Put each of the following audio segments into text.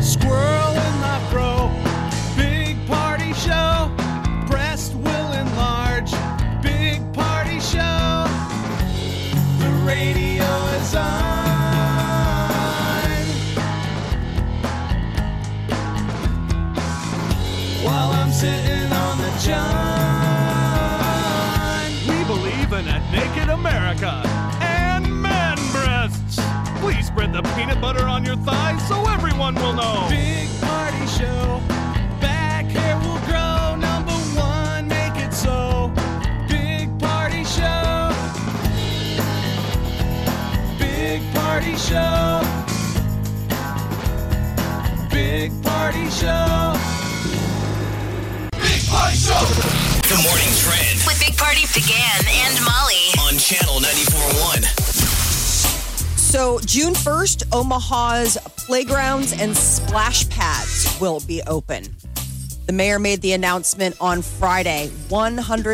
Squirrel in the fro, big party show. Breast will enlarge, big party show. The radio is on. While I'm sitting on the john. We believe in a naked America and man breasts. Please spread the peanut butter on your thighs so everyone will know. Big party show. Back hair will grow. Number one, make it so. Big party show. Big party show. Big party show. Big party show. The morning trend With Big Party began and Molly. on channel 94.1. So, June 1st, Omaha's playgrounds and splash pads will be open. The mayor made the announcement on Friday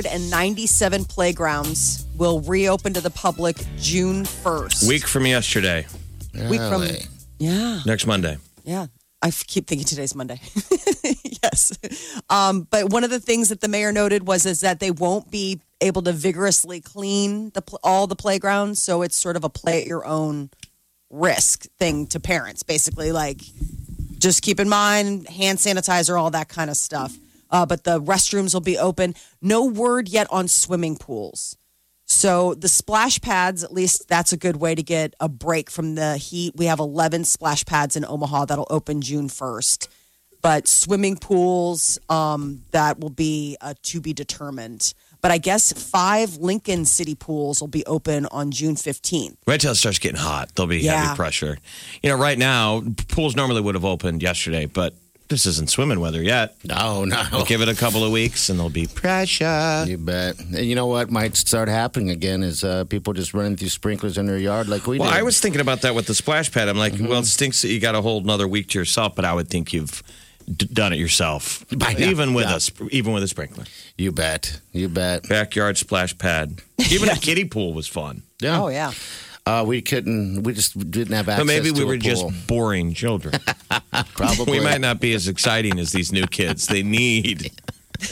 197 playgrounds will reopen to the public June 1st. Week from yesterday, Week from. Yeah. next Monday. Yeah. I f- keep thinking today's Monday. yes. Um, but one of the things that the mayor noted was is that they won't be able to vigorously clean the pl- all the playgrounds, so it's sort of a play at your own risk thing to parents basically like just keep in mind hand sanitizer all that kind of stuff uh, but the restrooms will be open no word yet on swimming pools so the splash pads, at least that's a good way to get a break from the heat. We have 11 splash pads in Omaha that'll open June 1st. But swimming pools, um, that will be uh, to be determined. But I guess five Lincoln City pools will be open on June 15th. Right till it starts getting hot, there'll be Yeah. heavy pressure. You know, right now, pools normally would have opened yesterday, but this isn't swimming weather yet. No, no. We'll give it a couple of weeks and there'll be pressure. You bet. And you know what might start happening again is uh, people just running through sprinklers in their yard like we Well, did. I was thinking about that with the splash pad. I'm like, Mm-hmm. well, it stinks that you got a whole another week to yourself, but I would think you've d- done it yourself. By now, even with yeah. a sp- even with a sprinkler, You bet. You bet. backyard splash pad. Even a kiddie pool was fun. Yeah. Oh, yeah. Uh, we couldn't. We just didn't have access. But maybe we to a were just pool. boring children. probably. we might not be as exciting as these new kids. They need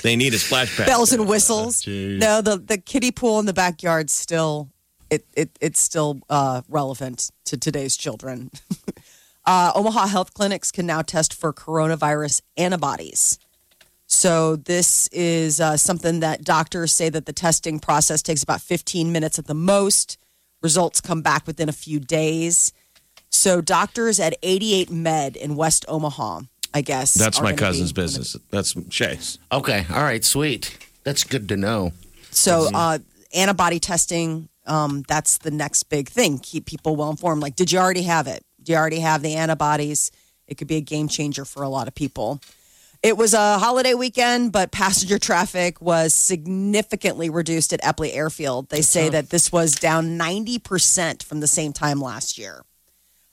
they need a splash pad. Bells and Oh, whistles. no, the, the kiddie pool in the backyard still, it, it, it's still uh, relevant to today's children. Uh, Omaha health clinics can now test for coronavirus antibodies. So this is uh, something that doctors say that the testing process takes about 15 minutes at the most. Results come back within a few days. So doctors at 88 Med in West Omaha, I guess. That's are my gonna cousin's be- business. That's Shay's. Okay. All right. Sweet. That's good to know. So uh, antibody testing, um, that's the next big thing. Keep people well informed. Like, did you already have it? Do you already have the antibodies? It could be a game changer for a lot of people. It was a holiday weekend, but passenger traffic was significantly reduced at Epley Airfield. They say that this was down 90% from the same time last year.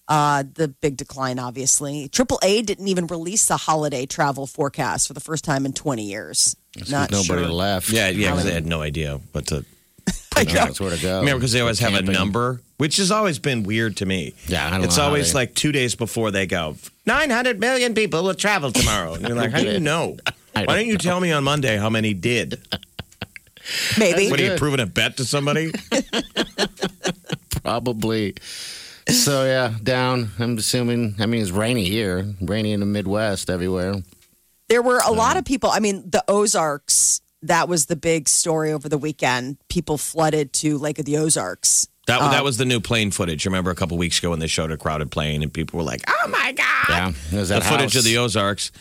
Uh, the big decline, obviously. AAA didn't even release the holiday travel forecast for the first time in 20 years. Not Nobody sure. left. Yeah, yeah, because they had no idea what to. That's where to go. I mean, because they always have a Oh, Camping. number, which has always been weird to me. Yeah, I don't know it's how always they- like two days before they go. Nine hundred million people will travel tomorrow, and you're like, how do you know? I Why don't don't you tell me on Monday how many did? Maybe. What are you proving a bet to somebody? probably. So yeah, down. I'm assuming. I mean, it's rainy here. Rainy in the Midwest everywhere. There were a lot of people. I mean, the Ozarks, that was the big story over the weekend. People flooded to Lake of the Ozarks. That Um, that was the new plane footage. Remember a couple weeks ago when they showed a crowded plane and people were like, "Oh my god!" Yeah, it was the that footage house. of the Ozarks.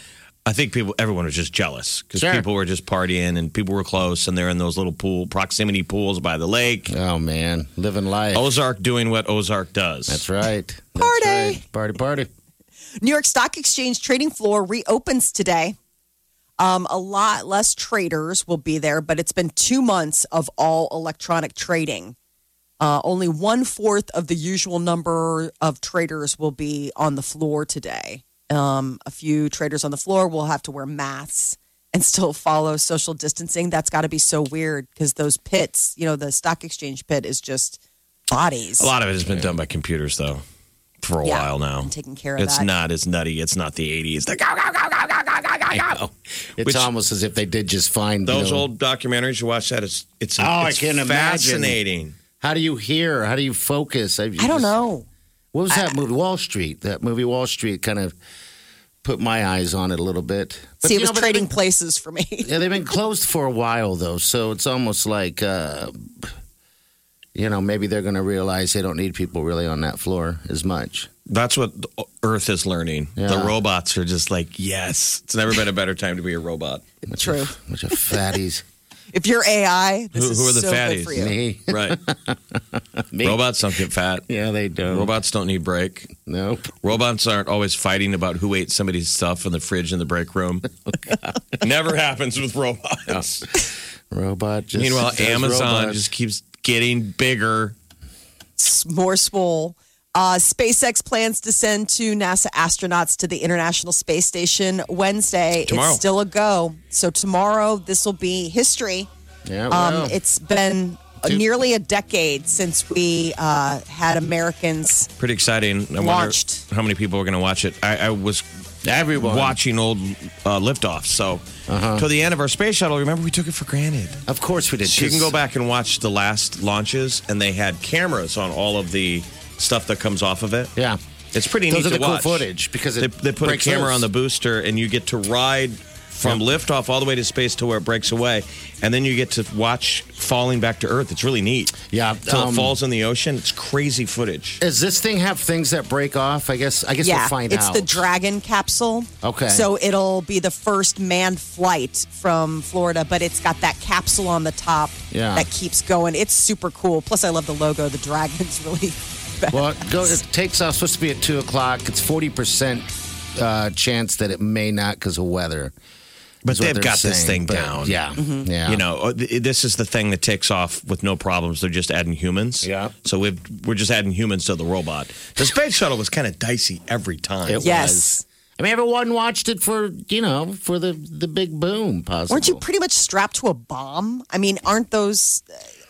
I think people, everyone was just jealous because Sure. people were just partying and people were close and they're in those little pool proximity pools by the lake. Oh man, living life. Ozark doing what Ozark does. That's right. That's Party. right. Party, party. New York Stock Exchange trading floor reopens today. Um, a lot less traders will be there, but it's been two months of all electronic trading. Uh, only one fourth of the usual number of traders will be on the floor today. Um, a few traders on the floor will have to wear masks and still follow social distancing. That's got to be so weird because those pits, you know, the stock exchange pit is just bodies. A lot of it has been done by computers though for a Yeah, while now. and taking care of it's that. not as nutty. It's not the 80s. The go, go, go, go, go, go, go, go, go. It's Which- almost as if they did just find you Those know, old documentaries you watch that it's it's, Oh, I it's can imagine. fascinating. How do you hear? How do you focus? I, I don't know. What was that movie? Wall Street. That movie Wall Street kind of put my eyes on it a little bit. But, See, you it was know, but- trading places for me. Yeah, they've been closed for a while though, so it's almost like uh, you know maybe they're going to realize they don't need people really on that floor as much. That's what the Earth is learning. The Yeah. robots are just like, yes, it's never been a better time to be a robot. True. Bunch of fatties. If you're AI, this Who- is who are the so fatties? good for you. Me. Right. Me. Robots don't get fat. Yeah, they don't. Robots don't need break. Nope. Robots aren't always fighting about who ate somebody's stuff in the fridge in the break room. Oh, Never happens with robots. Robot. Just Meanwhile, does Amazon robots. just keeps getting bigger. S- More swole. Uh, SpaceX plans to send two NASA astronauts to the International Space Station Wednesday. Tomorrow. It's still a go. So tomorrow, this will be history. Yeah, Um, well, It's been Oh, Two- nearly a decade since we uh, had Americans. Pretty exciting. I Launched. wonder how many people are going to watch it. I, I was Everyone. watching old uh, liftoff. So, Uh-huh. till the end of our space shuttle, remember we took it for granted. of course we did. So you can Just- go back and watch the last launches, and they had cameras on all of the stuff that comes off of it. Yeah. It's pretty Those neat are the to cool watch. footage because it they, they put a breaks camera loose. on the booster, and you get to ride from liftoff all the way to space to where it breaks away, and then you get to watch falling back to Earth. It's really neat. Yeah, till um, it falls in the ocean. It's crazy footage. Does this thing have things that break off? I guess. I guess yeah, we'll find it's out. the Dragon capsule. Okay. So it'll be the first manned flight from Florida, but it's got that capsule on the top Yeah. that keeps going. It's super cool. Plus, I love the logo. The dragon's really bad. Well, it go, it takes off. Supposed to be at two o'clock. It's forty percent uh, chance that it may not because of weather. But is what they've they're got this thing saying. But, down. Yeah, Mm-hmm. yeah. You know, uh, th- this is the thing that takes off with no problems. They're just adding humans. Yeah. So we've, we're just adding humans to the robot. The space shuttle was kind of dicey every time. It Yes. I mean, everyone watched it for you know for the the big boom. Possible. Weren't you pretty much strapped to a bomb? I mean, aren't those?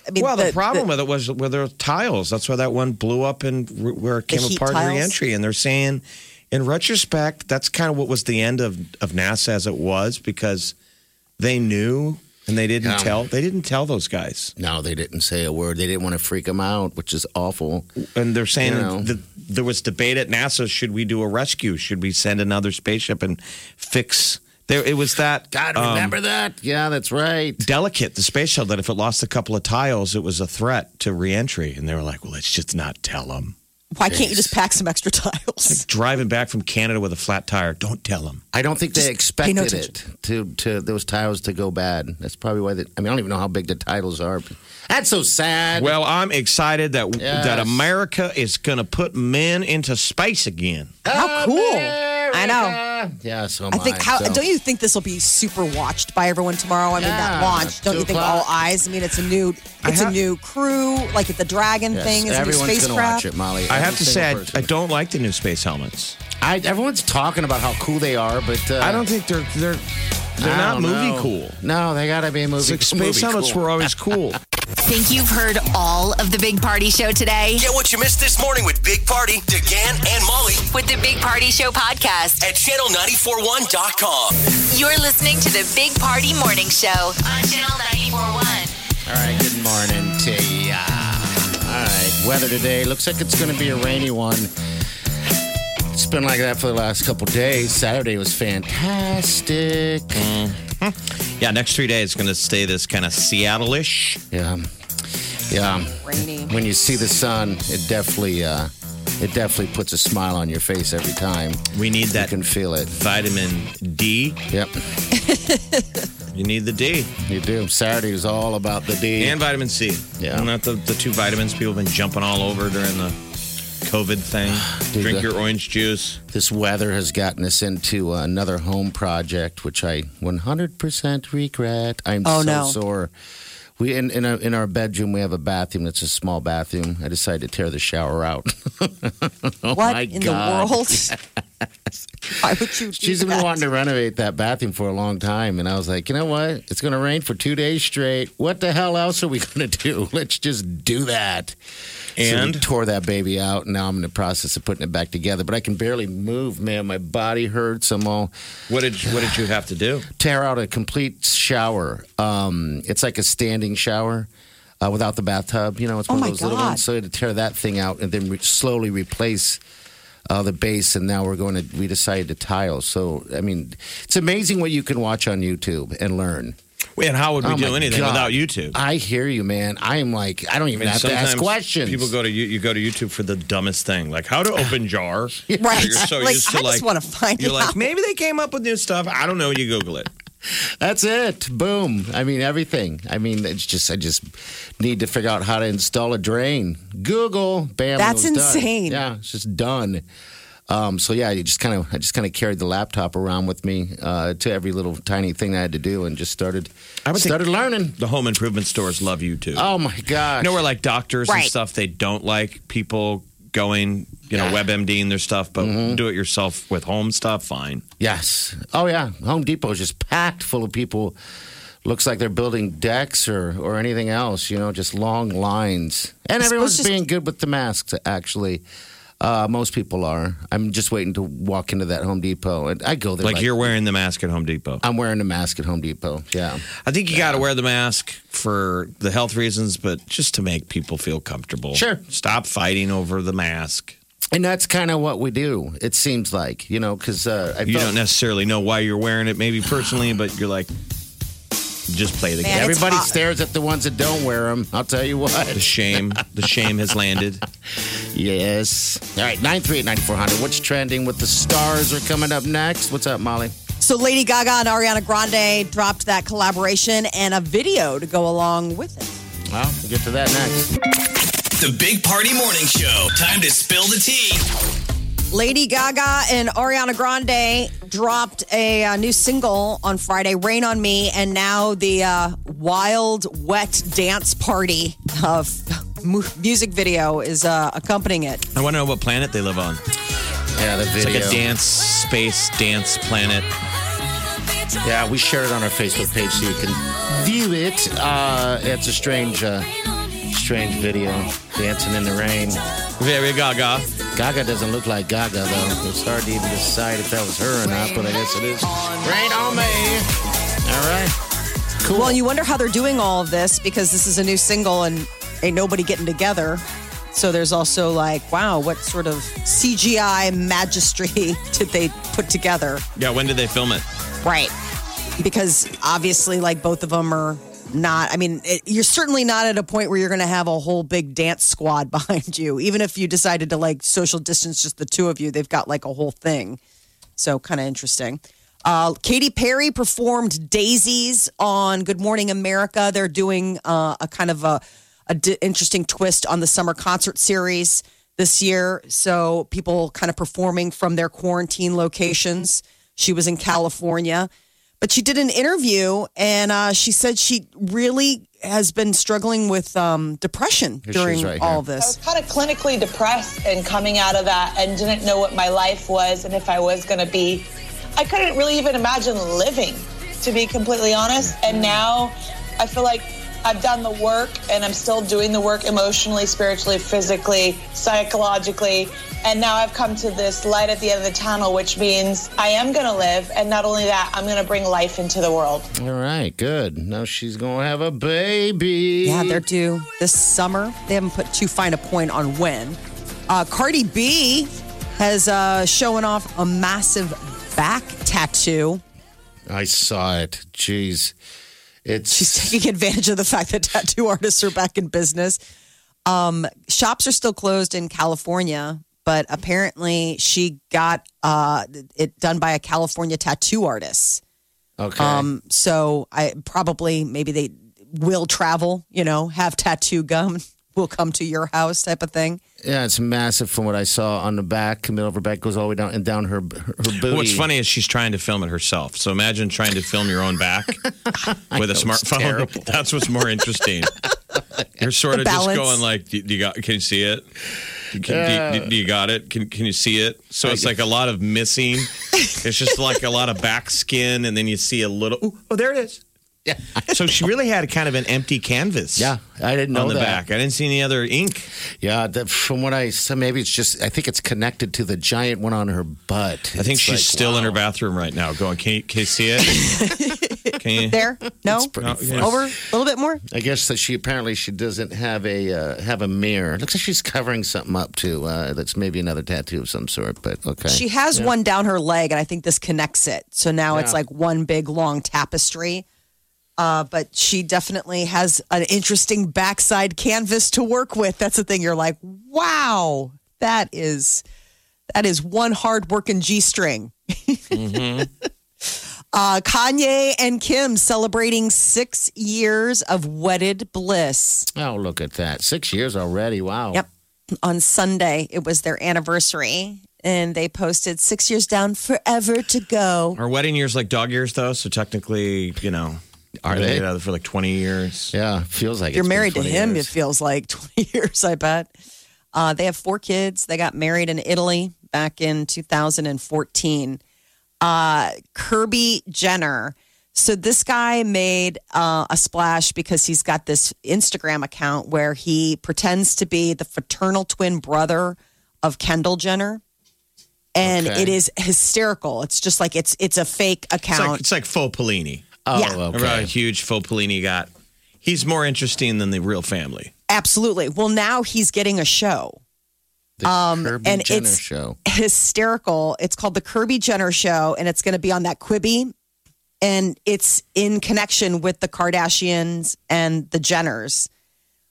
I mean, Well, the, problem with it was where there were tiles. That's why that one blew up and re- where it The came heat apart in tiles? reentry. And they're saying, in retrospect, that's kind of what was the end of, of NASA as it was because they knew and they didn't Yeah. tell. They didn't tell those guys. No, they didn't say a word. They didn't want to freak them out, which is awful. And they're saying You know. that there was debate at NASA should we do a rescue? Should we send another spaceship and fix? There, it was that. God, um, remember that? Yeah, that's right. delicate the space shuttle that if it lost a couple of tiles, it was a threat to reentry. And they were like, well, let's just not tell them. why can't you just pack some extra tiles? driving back from Canada with a flat tire. Don't tell them. I don't think they pay expected no it to to those tiles to go bad. That's probably why. They, I mean, I don't even know how big the titles are. But that's so sad. Well, I'm excited that that Yes. America is going to put men into space again. How cool! I know. America. Yeah, so am I think how so. don't you think this will be super watched by everyone tomorrow? I mean that Yeah, launch. Don't you two think all o'clock. eyes? I mean it's a new I it's a have- new crew, like at the dragon Yes, thing, is a new everyone's gonna spacecraft. watch it, Molly. I Every have to say, single I, I person. don't like the new space helmets. I, everyone's talking about how cool they are, but uh, I don't think they're they're they're I not don't movie know. cool. No, they gotta be movie. Like, space movie helmets cool. were always cool. Think you've heard all of the Big Party Show today? Get what you missed this morning with Big Party, DeGan, and Molly With the Big Party Show podcast, at channel941.com. you're listening to the Big Party Morning Show on Channel 941. All right, good morning to ya. All right, weather today looks like it's going to be a rainy one. It's been like that for the last couple days. Saturday was fantastic. yeah, next three days going to stay this kind of Seattle-ish. Yeah, yeah. Rainy. When you see the sun, it definitely uh, It definitely puts a smile on your face every time. We need You that can feel it. vitamin D. Yep, You need the D you do. Saturday is all about the D. and vitamin C. Yeah. Not the, the two vitamins people have been jumping all over during the COVID thing. Dude, Drink the- your orange juice. this weather has gotten us into another home project, which I 100% regret. I'm Oh, so no. sore. We in in our, in our bedroom we have a bathroom that's a small bathroom. I decided to tear the shower out. oh what my in the God. world? Why would you? Do She's been that? wanting to renovate that bathroom for a long time, and I was like, you know what? It's going to rain for two days straight. What the hell else are we going to do? Let's just do that. And? so we tore that baby out. and Now I'm in the process of putting it back together, but I can barely move, man. My body hurts. I'm all What did what did you have to do? tear out a complete shower. Um, it's like a standing shower uh, without the bathtub. You know, it's Oh one my of those little God. ones. So I had to tear that thing out and then re- slowly replace uh, the base. And now we're going to, we decided to tile. So, I mean, it's amazing what you can watch on YouTube and learn. And how would we Oh do my anything God. without YouTube? I hear you, man. I am like, I don't even I mean, have to ask sometimes questions. People go to you, you go to YouTube for the dumbest thing, like how to open jar. Right. You're so Like, used to I like, just wanna find You're like out. maybe they came up with new stuff. I don't know. You Google it. That's it. Boom. I mean, everything. I mean, it's just, I just need to figure out how to install a drain. Google. Bam. That's it was done. insane. Yeah, it's just done. Um, so yeah, you just kind of, I just kind of carried the laptop around with me uh, to every little tiny thing I had to do, and just started, I would think- started learning. The home improvement stores love YouTube. Oh my gosh. You know where like doctors and Right. stuff they don't like people going, you know, Yeah. Mm-hmm. WebMDing their stuff, but do it yourself with home stuff, fine. Yes. Oh yeah. Home Depot is just packed full of people. Looks like they're building decks or or anything else. You know, just long lines. And I everyone's suppose just- being good with the masks. Actually, uh, most people are. I'm just waiting to walk into that Home Depot, and I go there. Like, you're wearing the mask at Home Depot. I'm wearing a mask at Home Depot. Yeah. I think you got to wear the mask for the health reasons, but just to make people feel comfortable. Sure. Stop fighting over the mask. And that's kind of what we do. It seems like you know because uh, I You felt- don't necessarily know why you're wearing it, maybe personally, but you're like, just play the Man, game. it's Everybody hot. stares at the ones that don't wear them. I'll tell you what. The shame, the shame has landed. Yes. All right, 938-9400. What's trending with the stars are coming up next? What's up, Molly? So Lady Gaga and Ariana Grande dropped that collaboration and a video to go along with it. Well, we'll get to that next. The Big Party Morning Show. Time to spill the tea. Lady Gaga and Ariana Grande dropped a, uh new single on Friday, "Rain on Me," and now the uh, wild, wet dance party of mu- music video is uh, accompanying it. I want to know what planet they live on. Yeah, the It's video. like a dance space dance planet. Yeah, we share it on our Facebook page so you can view it. Uh, it's a strange, uh, strange video. Dancing in the rain. Very Gaga. Gaga doesn't look like Gaga though. It's hard to even decide if that was her or not, but I guess it is. Rain on me. All right. Cool. Well, you wonder how they're doing all of this because this is a new single and ain't nobody getting together. So there's also like, wow, what sort of CGI magistry did they put together? Yeah, when did they film it? Right. Because obviously, like, both of them are not, I mean, it, you're certainly not at a point where you're going to have a whole big dance squad behind you. Even if you decided to like social distance just the two of you, they've got like a whole thing. So, kind of interesting. Uh, Katy Perry performed Daisies on Good Morning America. They're doing uh, a kind of a, a d- interesting twist on the summer concert series this year. So people kind of performing from their quarantine locations. She was in California, but she did an interview and uh, she said she really has been struggling with um, depression Here she during is right all here. this. kind of clinically depressed and coming out of that and didn't know what my life was and if I was going to be. I couldn't really even imagine living, to be completely honest. And now I feel like I've done the work and I'm still doing the work emotionally, spiritually, physically, psychologically. And now I've come to this light at the end of the tunnel, which means I am going to live. And not only that, I'm going to bring life into the world. All right. Good. Now she's gonna have a baby. Yeah, they're due this summer. They haven't put too fine a point on when. Uh, Cardi B has uh, showing off a massive back tattoo. I saw it. Jeez. It's She's taking advantage of the fact that tattoo artists are back in business. Um, shops are still closed in California, but apparently she got uh, it done by a California tattoo artist. Okay. Um, so I probably maybe they will travel, you know, have tattoo gum, will come to your house type of thing. yeah, it's massive from what I saw on the back. Camille, her back goes all the way down and down her her booty. What's funny is she's trying to film it herself. So imagine trying to film your own back with a smartphone. terrible. That's what's more interesting. You're sort The of just balance. going like, do do you got? Can you see it? Can, do- do, do you got it? Can Can you see it? So it's like a lot of missing. It's just like a lot of back skin, and then you see a little. Ooh, oh, there it is. Yeah. So she really had kind of an empty canvas. Yeah, I didn't know on the that. back. I didn't see any other ink. Yeah, that, from what I so maybe it's just I think it's connected to the giant one on her butt. I think It's she's like, still in her wow. bathroom right now, going, "Can you, can you see it? can you?" oh, There, no, pretty No, yeah. over a little bit more. I guess that she apparently she doesn't have a uh, have a mirror. Looks like she's covering something up too. Uh, that's maybe another tattoo of some sort. But okay, She has one down her leg, and I think this connects it. So now it's like one big long tapestry. Uh, but she definitely has an interesting backside canvas to work with. That's the thing. You're like, wow, that is that is one hard working G string. Uh, Kanye and Kim celebrating six years of wedded bliss. oh look at that, six years already. Wow. Yep. On Sunday, it was their anniversary, and they posted six years down, forever to go. Are wedding years like dog years though? So technically, you know, Are we've been they? together for like twenty years? Yeah, feels like You're it's been married to 20 him, years. it feels like 20 years, I bet. Uh, they have four kids. They got married in Italy back in 2014. Uh, Kirby Jenner. So this guy made uh, a splash because he's got this Instagram account where he pretends to be the fraternal twin brother of Kendall Jenner. And Okay. it is hysterical. It's just like it's it's a fake It's like account. it's like faux Pellini. Oh, Yeah. okay. Remember how huge faux Pellini got? He's more interesting than the real family. Absolutely. Well, now he's getting a show. The Um, Kirby and Jenner it's- show. hysterical. It's called the Kirby Jenner Show, and it's going to be on that Quibi, and it's in connection with the Kardashians and the Jenners.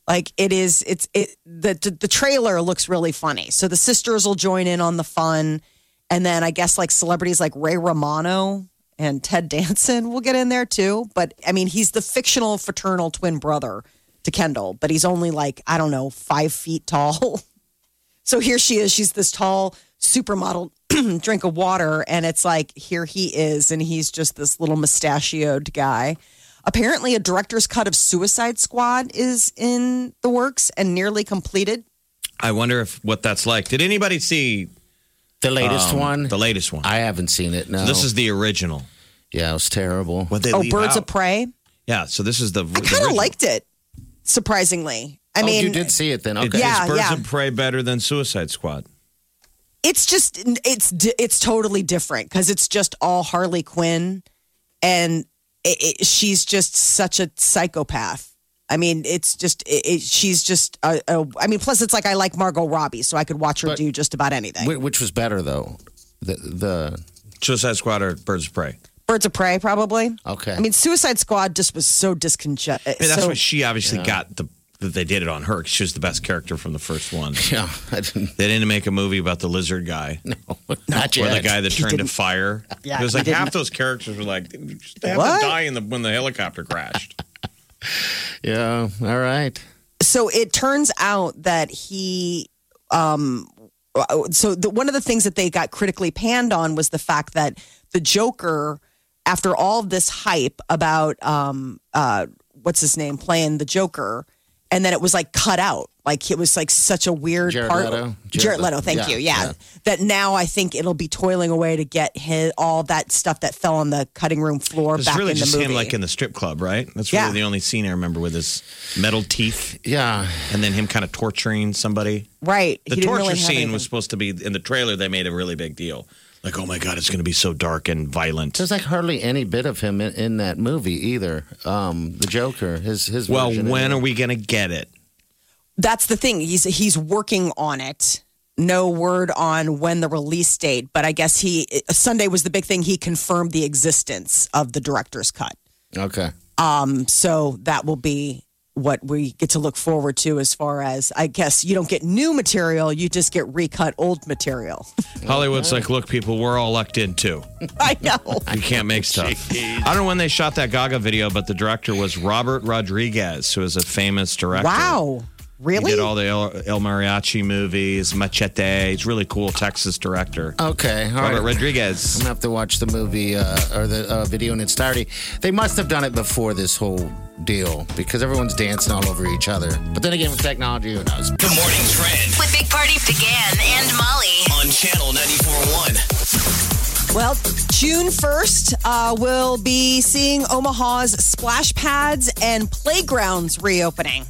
Like it is, it's it the the trailer looks really funny. So the sisters will join in on the fun, and then I guess like celebrities like Ray Romano and Ted Danson will get in there too. But I mean, he's the fictional fraternal twin brother to Kendall, but he's only like I don't know five feet tall. So here she is. She's this tall supermodel drink of water. And it's like, here he is. And he's just this little mustachioed guy. Apparently, a director's cut of Suicide Squad is in the works and nearly completed. I wonder if what that's like. Did anybody see The latest um, one. The latest one. I haven't seen it. No, this is the original. yeah, it was terrible. What they oh, leave Birds out. of Prey. Yeah. So this is the. I kind of liked it, surprisingly. I oh, mean, you did see it then. Okay. Yeah, Birds yeah. of Prey better than Suicide Squad. it's just it's di- it's totally different because it's just all Harley Quinn, and it, it, she's just such a psychopath. I mean, it's just it, it, she's just. A, a, I mean, plus it's like I like Margot Robbie, so I could watch her But- do just about anything. Wh- Which was better though? The the Suicide Squad or Birds of Prey. Birds of Prey, probably. Okay. I mean, Suicide Squad just was so disconjun. I mean, that's so, why she obviously got the that they did it on her. 'cause She was the best character from the first one. yeah, I didn't They didn't make a movie about the lizard guy. not Or yet. the guy that turned to fire. Yeah, it was he like half didn't. those characters were like, they had What? to die in the, when the helicopter crashed. Yeah. All right. so it turns out that he um so the, one of the things that they got critically panned on was the fact that the joker after all this hype about um uh what's his name playing the joker and then it was like cut out like it was like such a weird Jared part Leto? Jared, Jared Leto Le- thank yeah, you yeah. yeah. that now I think it'll be toiling away to get his, all that stuff that fell on the cutting room floor It's back really in just the movie him like in the strip club, right? That's Yeah. really the only scene I remember with his metal teeth Yeah. and then him kind of torturing somebody. right The he didn't torture really have scene anything. was supposed to be in the trailer, they made a really big deal. Like, oh my God, it's going to be so dark and violent. There's like hardly any bit of him in, in that movie either. Um, the Joker, his his. Well, version when of are we going to get it? that's the thing. He's he's working on it. No word on when the release date, but I guess he Sunday was the big thing. He confirmed the existence of the director's cut, it? okay. um, so that will be what we get to look forward to as far as I guess you don't get new material, you just get recut old material. Hollywood's like, look, people, we're all locked in too. I know. You can't make stuff. I don't know when they shot that Gaga video, but the director was Robert Rodriguez, who is a famous director. Wow. He Really? did all the El, El Mariachi movies, Machete. He's a really cool Texas director. Okay, all Robert right. I'm Rodriguez. gonna have to watch the movie uh, or the uh, video in its entirety. They must have done it before this whole deal because everyone's dancing all over each other. But then again, with technology, who knows? The morning trend With Big Party began and Molly. on channel 941. Well, June 1st, uh, we'll be seeing Omaha's splash pads and playgrounds reopening.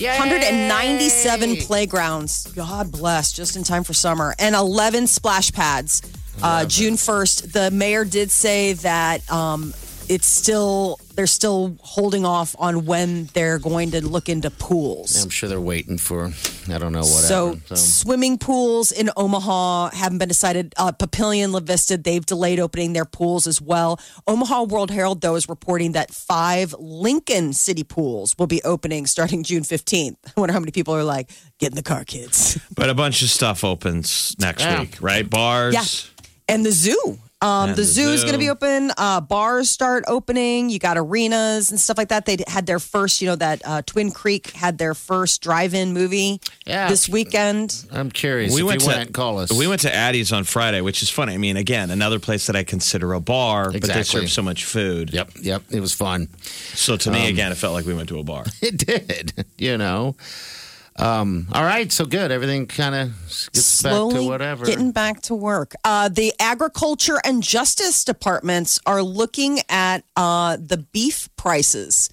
197 playgrounds. God bless, just in time for summer, and 11 splash pads. Uh, June 1st, the mayor did say that um, it's still, they're still holding off on when they're going to look into pools. I'm sure they're waiting for I don't know So, whatever. So, swimming pools in Omaha haven't been decided. Uh, Papillion La Vista, they've delayed opening their pools as well. Omaha World Herald, though, is reporting that five Lincoln City pools will be opening starting June 15th. I wonder how many people are like, get in the car, kids. But a bunch of stuff opens next Yeah. week, right? Bars. Yeah. And the zoo. Um, the, the zoo is zoo. going to be open. Uh, bars start opening. You got arenas and stuff like that. They had their first, you know, that uh, Twin Creek had their first drive in movie Yeah. this weekend. I'm curious. if you went, call us. We went to Addie's on Friday, which is funny. I mean, again, another place that I consider a bar, but they Exactly. serve so much food. Yep, Um, yep. It was fun. So to me, again, it felt like we went to a bar. It did. You know. Um, all right, so good. Everything kind of gets slowly back to whatever. getting back to work. Uh, the agriculture and justice departments are looking at uh, the beef prices.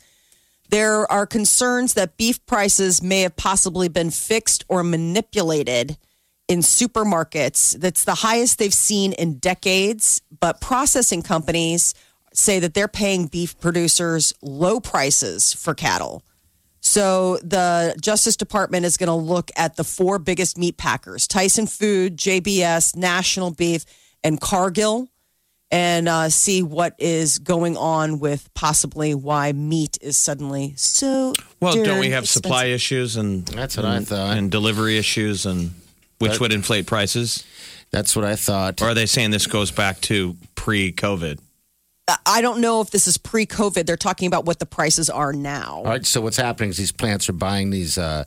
There are concerns that beef prices may have possibly been fixed or manipulated in supermarkets. That's the highest they've seen in decades, but processing companies say that they're paying beef producers low prices for cattle. So the Justice Department is going to look at the four biggest meat packers: Tyson Food, JBS, National Beef, and Cargill, and uh, see what is going on with possibly why meat is suddenly so. Well, don't darn we have supply expensive. issues and That's what I thought. and delivery issues and which would inflate prices? That's what I thought. Or are they saying this goes back to pre-COVID? I don't know if this is pre-COVID. They're talking about what the prices are Uh, now. All right. So what's happening is these plants are buying these, uh,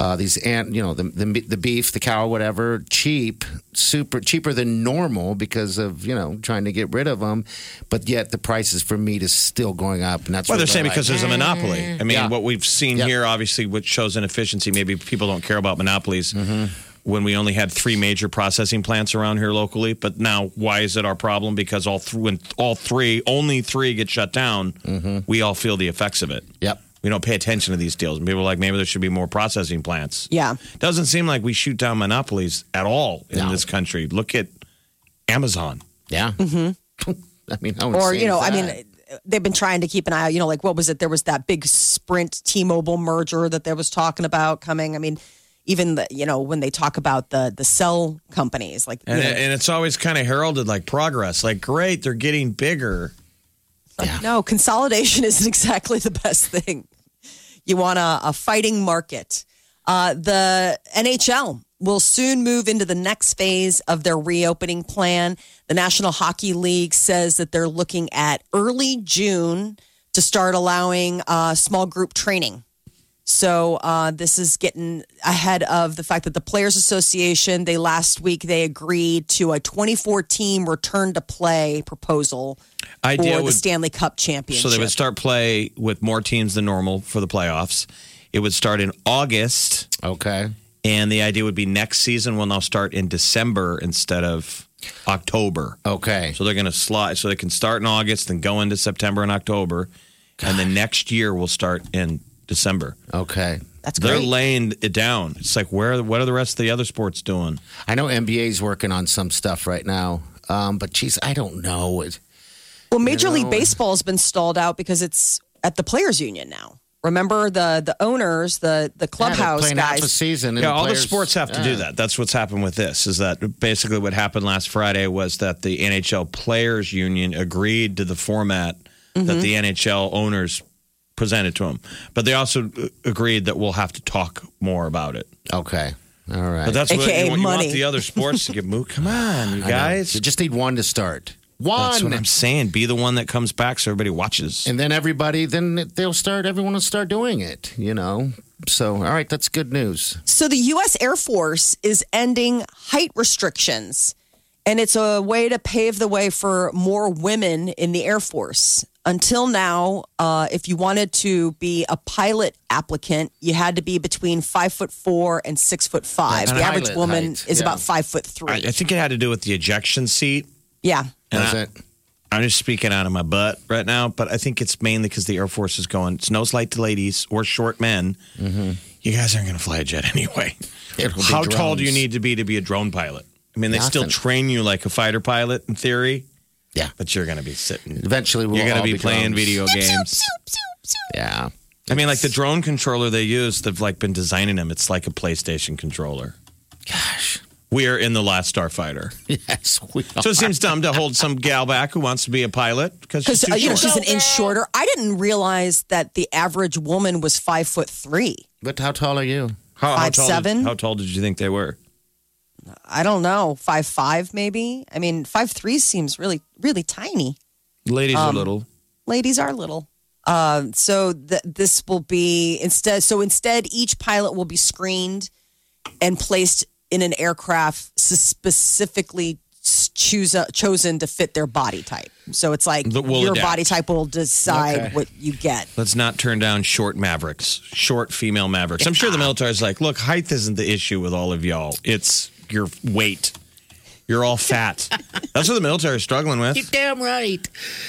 uh, these ant, you know, the, the the beef, the cow, whatever, cheap, super cheaper than normal because of you know trying to get rid of them, but yet the prices for meat is still going up, and that's Well, where they're saying like, because there's a monopoly. I mean, Yeah. what we've seen Yep. here, obviously, which shows inefficiency. Maybe people don't care about monopolies. Mm-hmm. When we only had three major processing plants around here locally, but now why is it our problem? Because all th- when all three, only three, get shut down, Mm-hmm. we all feel the effects of it. Yep. We don't pay attention to these deals, and people are like, maybe there should be more processing plants. Yeah. Doesn't seem like we shoot down monopolies at all in No. this country. Look at Amazon. yeah. Mm-hmm. I mean, how or insane you know, is I that? mean, they've been trying to keep an eye out. You know, like what was it? There was that big Sprint T-Mobile merger that they was talking about coming. I mean, even the, you know when they talk about the the cell companies, like And, you know, and it's always kind of heralded like progress. Like, great, they're getting bigger. no consolidation isn't exactly the best thing. You want a, a fighting market. Uh, the NHL will soon move into the next phase of their reopening plan. The National Hockey League says that they're looking at early June to start allowing uh, small group training. So uh, this is getting ahead of the fact that the Players Association they last week they agreed to a 24 team return to play proposal Idea for the would- Stanley Cup championship. So they would start play with more teams than normal for the playoffs. It would start in August, okay. and the idea would be next season will now start in December instead of October. Okay. So they're going to slide. So they can start in August, then go into September and October, and then next year will start in December. Okay. That's They're great. laying it down. It's like where what are the rest of the other sports doing? I know NBA's working on some stuff right now, um, but geez, I don't know. It, Well, Major League Baseball has been stalled out because it's at the players' union now. Remember the the owners, the the yeah, they're clubhouse playing half a guys. season. and Yeah, all the players- sports have to do that. That's what's happened with this. Is that basically what happened last Friday was that the Mm-hmm. NHL Players Union agreed to the format that the NHL owners presented to them. But they also uh, agreed that we'll have to talk more about it. Okay. All right. But that's what AKA you want, you money. want the other sports to get moved. Come on, you I know. guys. You just need one to start. One. That's what I'm saying. Be the one that comes back so everybody watches. and then everybody, then they'll start, everyone will start doing it, you know? So, all right, that's good news. So the U.S. Air Force is ending height restrictions, and it's a way to pave the way for more women in the Air Force. Until now, uh, if you wanted to be a pilot applicant, you had to be between five foot four and six foot five. Like the average pilot woman height, is yeah. about five foot three. I, I think it had to do with the ejection seat. yeah. That's I- it. I'm just speaking out of my butt right now, but I think it's mainly because the Air Force is going, it's no slight to ladies or short men. You guys aren't going to fly a jet anyway. It'll Mm-hmm. be How tall do you drones. need to be to be a drone pilot? I mean, they still Nothing. train you like a fighter pilot in theory, Yeah. but you're going to be sitting. Eventually, we'll you're going all to be, playing drones. video games. Yeah. I mean, like the drone controller they use, they've like been designing them. It's like a PlayStation controller. Gosh. We are in the Last Starfighter, Yes, we are. so it seems dumb to hold some gal back who wants to be a pilot because she's Because too uh, you know short. she's an inch shorter. I didn't realize that the average woman was five foot three. But how tall are you? How- how five tall did- seven? how tall did you think they were? I don't know, five five maybe. I mean, five three seems really really tiny. Ladies Um, are little. ladies are little. Uh, so th- this will be instead. So instead, each pilot will be screened and placed in an aircraft s- specifically s- choose uh, chosen to fit their body type. So it's like That will your adapt. body type will decide what you get. Let's not turn down short mavericks, short female mavericks. I'm sure the military's like, look, height isn't the issue with all of y'all. It's your weight. You're all fat. That's what the military's struggling with. damn right.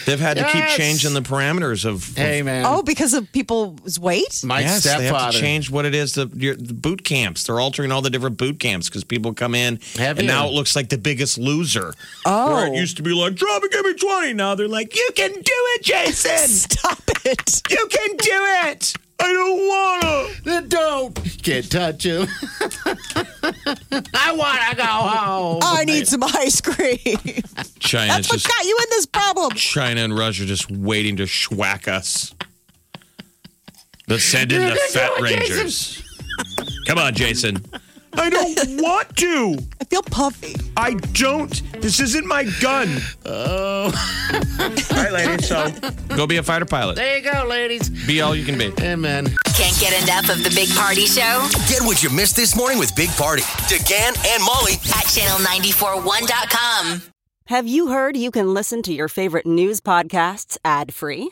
They've had to keep Yes. changing the parameters of. Hey, man. Oh, because of people's weight. my Yes, they have stepfather. to change what it is. The, your, the boot camps. They're altering all the different boot camps because people come in Have and you? now it looks like the biggest loser. Oh. Where it used to be like, drop and give me 20. Now they're like, you can do it, Jason. Stop it. you can do it. I don't want to. Then Don't get touch him. I want to go home. Oh. I need some ice cream. China's That's what just got you in this problem. China and Russia just waiting to schwack us. Let's send in the Fat Rangers. Come on, Jason. I don't want to. I feel puffy. I don't. This isn't my gun. Oh. All right, ladies. So go be a fighter pilot. There you go, ladies. Be all you can be. Hey, man. Can't get enough of the Big Party Show Get what you missed this morning with Big Party, DeGan and Molly at channel941.com. Have you heard you can listen to your favorite news podcasts ad free?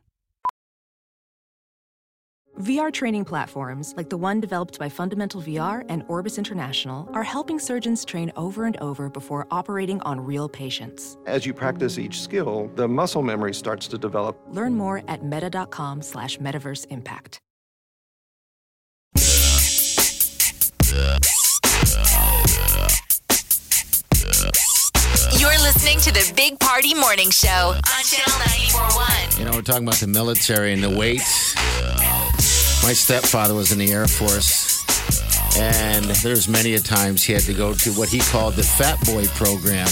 VR training platforms, like the one developed by Fundamental VR and Orbis International, are helping surgeons train over and over before operating on real patients. As you practice each skill, the muscle memory starts to develop. Learn more at meta.com slash metaverse impact. You're listening to the Big Party Morning Show on Channel 941. You know, we're talking about the military and the weight. My stepfather was in the Air Force, and there's many a times he had to go to what he called the Fat Boy program.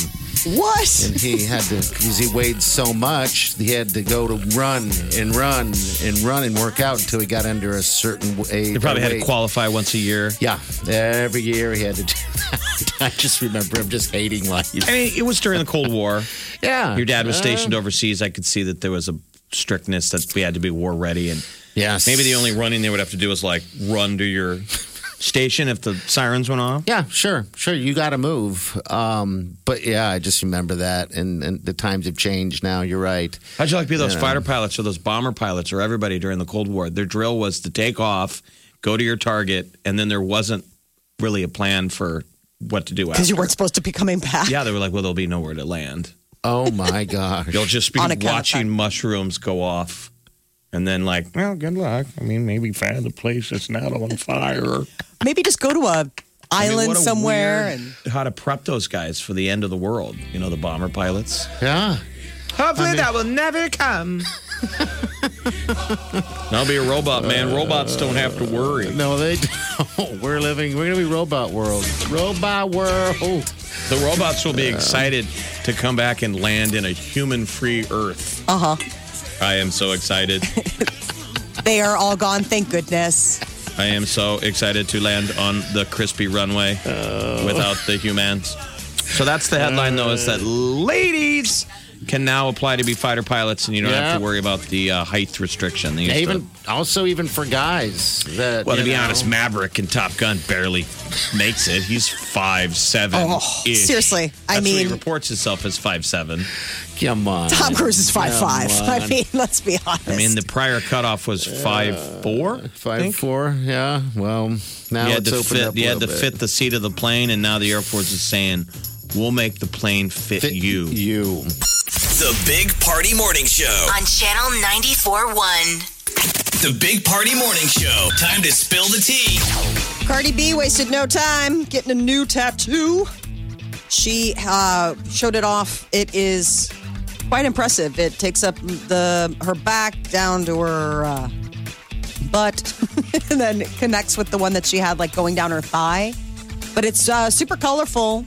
What? And he had to, because he weighed so much, he had to go to run and run and run and work out until he got under a certain w- age. They probably had to weight. qualify once a year. Yeah, every year he had to do that. I just remember him just hating life. I mean, it was during the Cold War. Yeah. Your dad was Uh, stationed overseas. I could see that there was a strictness that we had to be war ready and Yes. Maybe the only running they would have to do is like run to your station if the sirens went off. Yeah, sure, sure. You got to move. Um, but yeah, I just remember that, and, and the times have changed now. You're right. How'd you like to be those fighter pilots or those bomber pilots or everybody during the Cold War? Their drill was to take off, go to your target, and then there wasn't really a plan for what to do after. Because you weren't supposed to be coming back. yeah, they were like, well, there'll be nowhere to land. Oh my gosh. You'll just be On account of watching mushrooms go off. And then, like, well, good luck. I mean, maybe find a place that's not on fire. Maybe just go to a I mean, island what a somewhere. weird- and how to prep those guys for the end of the world. You know, the bomber pilots. Yeah. Hopefully that will never come. I'll be a robot, man. Robots don't have to worry. No, they don't. We're living, we're going to be robot world. Robot world. The robots will be excited to come back and land in a human free Earth. Uh huh. I am so excited. They are all gone. Thank goodness. I am so excited to land on the crispy runway without the humans. So that's the headline, though, is that ladies can now apply to be fighter pilots and you don't have to Yeah. worry about the uh, height restriction. They used to- Even also even for guys that well, to you be know, honest, Maverick in Top Gun barely makes it. He's five seven. Oh, seriously. I he mean- reports himself as five seven. Come on. Tom Cruise is five Come five. I on. mean, let's be honest. I mean, the prior cutoff was five four. Five four, yeah. Well, now you had it's to opened fit. up. You a had to little bit. fit the seat of the plane, and now the Air Force is saying, "We'll make the plane fit, Fit you." You. The Big Party Morning Show. On Channel 94.1. The Big Party Morning Show. Time to spill the tea. Cardi B wasted no time getting a new tattoo. She uh, showed it off. It is quite impressive. It takes up the her back down to her uh, butt, and then connects with the one that she had like going down her thigh. But it's uh, super colorful.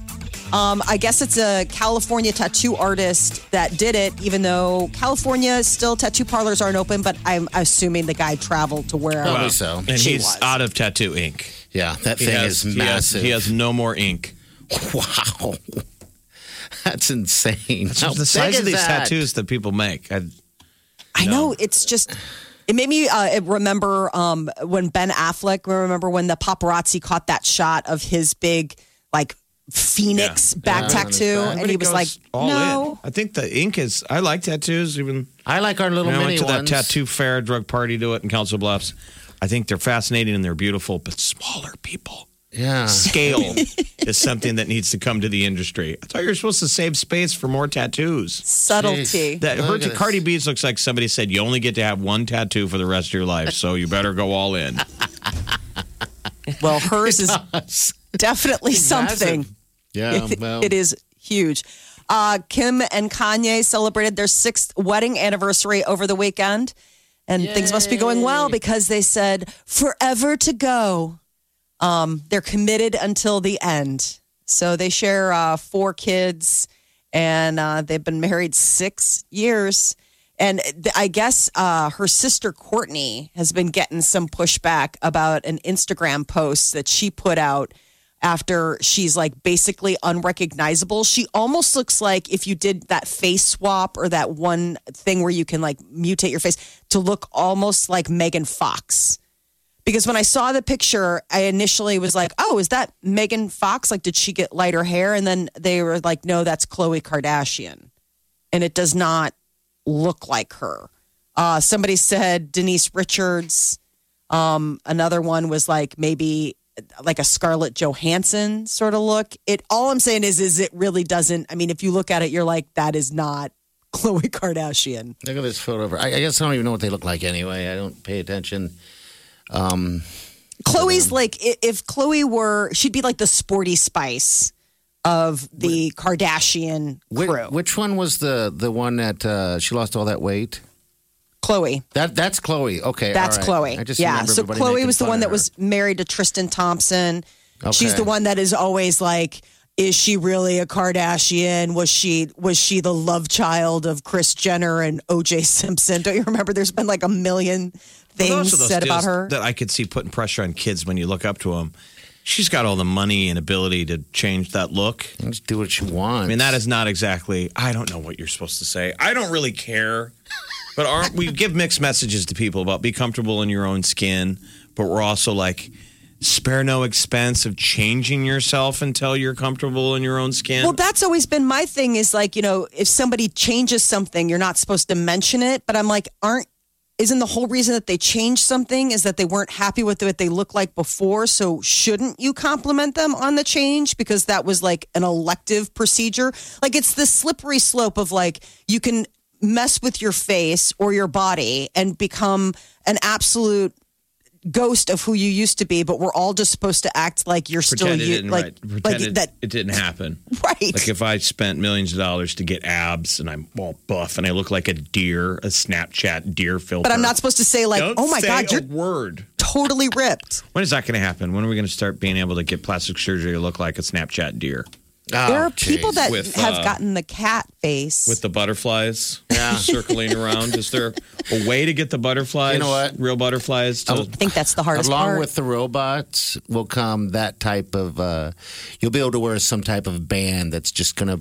Um, I guess it's a California tattoo artist that did it, even though California still tattoo parlors aren't open. But I'm assuming the guy traveled to wherever. Probably so. And She he's was. out of tattoo ink. Yeah, that thing is he has- massive. He has, no more ink. wow, that's insane. It's How just the big size is of these that? tattoos that people make. I, I know it's just. It made me uh, remember um, when Ben Affleck. Remember when the paparazzi caught that shot of his big like phoenix back Yeah. tattoo, and he Everybody was goes like, all "No, in. I think the ink is. I like tattoos. Even I like our little when I mini went to ones. that tattoo fair, drug party to it in Council Bluffs. I think they're fascinating and they're beautiful, but smaller people. Uh. Yeah, Scale is something that needs to come to the industry. I thought you were supposed to save space for more tattoos. subtlety." That her Look at to this. Cardi B's looks like somebody said you only get to have one tattoo for the rest of your life, so you better go all in. Uh, Well, hers is definitely something. yeah. Well, it is huge. Uh, Kim and Kanye celebrated their sixth wedding anniversary over the weekend, and things must be going well because they said forever to go. Um, they're committed until the end. So they share uh, four kids, and uh, they've been married six years. And th- I guess uh, her sister Courtney has been getting some pushback about an Instagram post that she put out after she's like basically unrecognizable. She almost looks like if you did that face swap or that one thing where you can like mutate your face to look almost like Megan Fox. Because when I saw the picture, I initially was like, oh, is that Megan Fox? Like, did she get lighter hair? And then they were like, no, that's Khloe Kardashian. And it does not look like her. Uh, somebody said Denise Richards. Um, another one was like maybe like a Scarlett Johansson sort of look. It all I'm saying is is it really doesn't. I mean, if you look at it, you're like that is not Khloe Kardashian. look at this photo. of her. I, I guess I don't even know what they look like anyway. I don't pay attention. Chloe's like i- if Chloe were she'd be like the sporty spice of the Kardashian Whi- crew. which one was the the one that uh, she lost all that weight? Chloe. That that's Chloe. Okay, That's all right. Chloe. I just yeah. remember So everybody Chloe making was the fun one of that her. was married to Tristan Thompson. She's Okay. the one that is always like, is she really a Kardashian? Was she was she the love child of Chris Jenner and OJ Simpson? Don't you remember? There's been like a million things Well, those are those said about deals her. That I could see putting pressure on kids when you look up to them. She's got all the money and ability to change that look. Just do what you want. I mean, that is not exactly, I don't know what you're supposed to say. I don't really care. But aren't we give mixed messages to people about be comfortable in your own skin, but we're also like, spare no expense of changing yourself until you're comfortable in your own skin. Well, that's always been my thing is like, you know, if somebody changes something, you're not supposed to mention it. But I'm like, aren't, isn't the whole reason that they changed something is that they weren't happy with what they looked like before? So shouldn't you compliment them on the change? Because that was like an elective procedure. Like it's the slippery slope of like, you can mess with your face or your body and become an absolute ghost of who you used to be, but we're all just supposed to act like you're pretend it still you, didn't like right. pretend like it, that. it didn't happen. Right. Like if I spent millions of dollars to get abs and I'm all buff and I look like a deer, a Snapchat deer filter. But I'm not supposed to say like, Don't oh my say god, a you're word. totally ripped. When is that going to happen? When are we going to start being able to get plastic surgery to look like a Snapchat deer Ah, there are people that Ah, With, have uh, gotten the cat face. with the butterflies circling around? Is there a way to get the butterflies? You know what? Real butterflies. To, I think that's the hardest Along part. with the robots will come that type of. Uh, you'll be able to wear some type of band that's just going to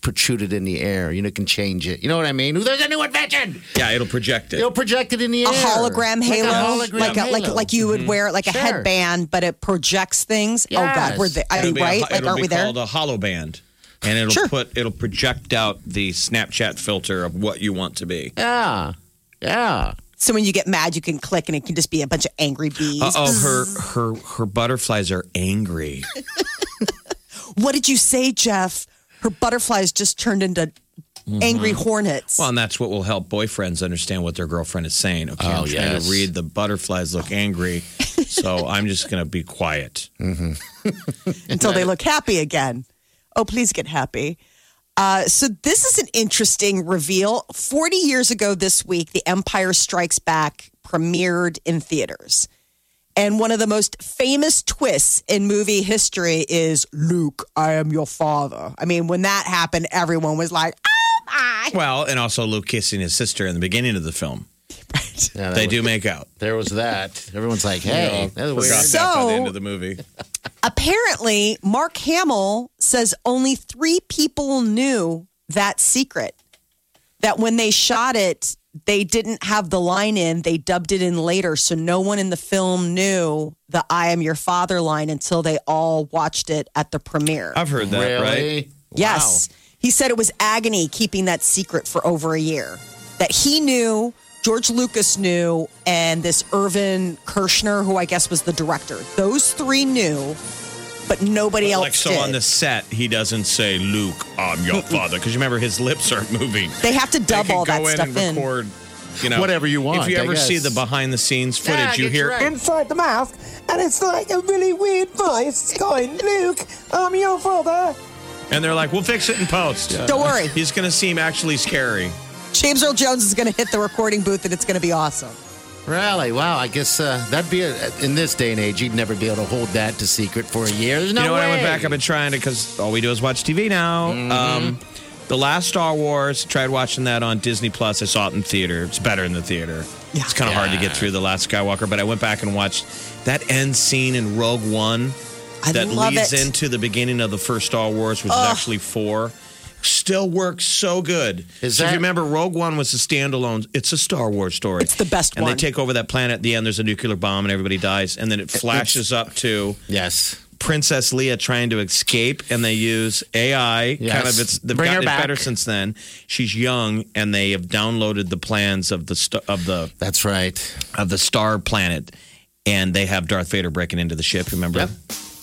protrude it in the air. You know, can change it. You know what I mean? Ooh, there's a new invention. yeah, it'll project it. It'll project it in the air. a hologram Like a halo, hologram like a, like halo. like you would Mm-hmm. wear like a Sure. headband, but it projects things. Oh God, Yes. we're there. I It'll mean, be a- right? like, it'll aren't be we there? called a hollow band, and it'll Sure. put it'll project out the Snapchat filter of what you want to be. Yeah. Yeah. so when you get mad, you can click, and it can just be a bunch of angry bees. Uh oh, her her her butterflies are angry. What did you say, Jeff? Her butterflies just turned into angry Mm-hmm. hornets. Well, and that's what will help boyfriends understand what their girlfriend is saying. Okay, I'm Oh, trying yes. to read the butterflies look angry, so I'm just gonna be quiet. until they look happy again. Oh, please get happy. Uh, so, this is an interesting reveal. 40 years ago this week, The Empire Strikes Back premiered in theaters. And one of the most famous twists in movie history is Luke, I am your father. I mean, when that happened, everyone was like, oh my. Well, and also Luke kissing his sister in the beginning of the film. Yeah, that They was- do make out. There was that. Everyone's like, hey, that was Forgot weird. that by the So- end of the movie. Apparently, Mark Hamill says only three people knew that secret. That when they shot it, they didn't have the line in, they dubbed it in later. So no one in the film knew the I am your father line until they all watched it at the premiere. I've heard that, Really? right? Yes. He said it was agony keeping that secret for over a year. That he knew, George Lucas knew, and this Irvin Kershner, who I guess was the director. Those three knew, but nobody else Like so did. on the set, he doesn't say Luke, I'm your father, because you remember his lips aren't moving. they have to dub they could all go that in stuff and in. record, you know, Whatever you want, If you I ever see guess. the behind the scenes footage, Yeah, I you guess hear you're right. inside the mask, and it's like a really weird voice going, Luke, I'm your father. and they're like, "We'll fix it in post." Don't worry. He's going to seem actually scary. James Earl Jones is going to hit the recording booth and it's going to be awesome. Really? Wow. I guess uh, that'd be a, in this day and age, you'd never be able to hold that to secret for a year. There's no you know, when way. I went back, I've been trying to because all we do is watch TV now. Mm-hmm. Um, the last Star Wars, tried watching that on Disney Plus. I saw it in theater. It's better in the theater. Yeah. It's kind of hard to get through the last Skywalker, but I went back and watched that end scene in Rogue One. I that love leads it. into the beginning of the first Star Wars, which is actually four, still works so good. Is so if that- you remember, Rogue One was a standalone. It's a Star Wars story. It's the best and one. they take over that planet. At the end, there's a nuclear bomb, and everybody dies. And then it flashes up to Yes. Princess Leia trying to escape, and they use AI. Yes. Kind of, it's they've Bring her gotten it back. better since then. She's young, and they have downloaded the plans of the st- of the That's right. of the star planet, and they have Darth Vader breaking into the ship. Remember Yep.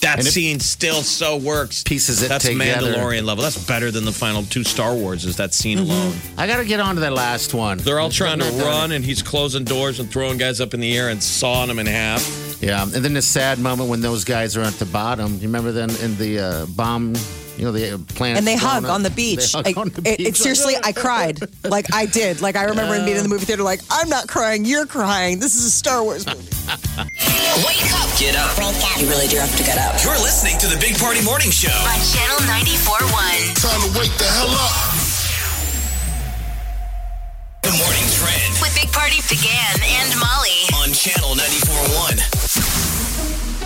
that And it- scene still so works. Pieces it That's together. Mandalorian level. That's better than the final two Star Wars. Is that scene Mm-hmm. alone? I got to get on to that last one. They're all trying to run, and he's closing doors and throwing guys up in the air and sawing them in half. Yeah, and then the sad moment when those guys are at the bottom. You remember then in the uh, bomb, you know, the uh, planet. And they hug blown up. on the beach. They hug Like, on the it, beach. it- seriously, I cried. Like I did. Like I remember being in the movie theater. Like I'm not crying. You're crying. This is a Star Wars movie. Wake up. Get up. You really do have to get up. You're listening to the Big Party Morning Show. On Channel 94.1 Time to wake the hell up. The Morning Trend with Big Party began and Molly. on Channel 94.1.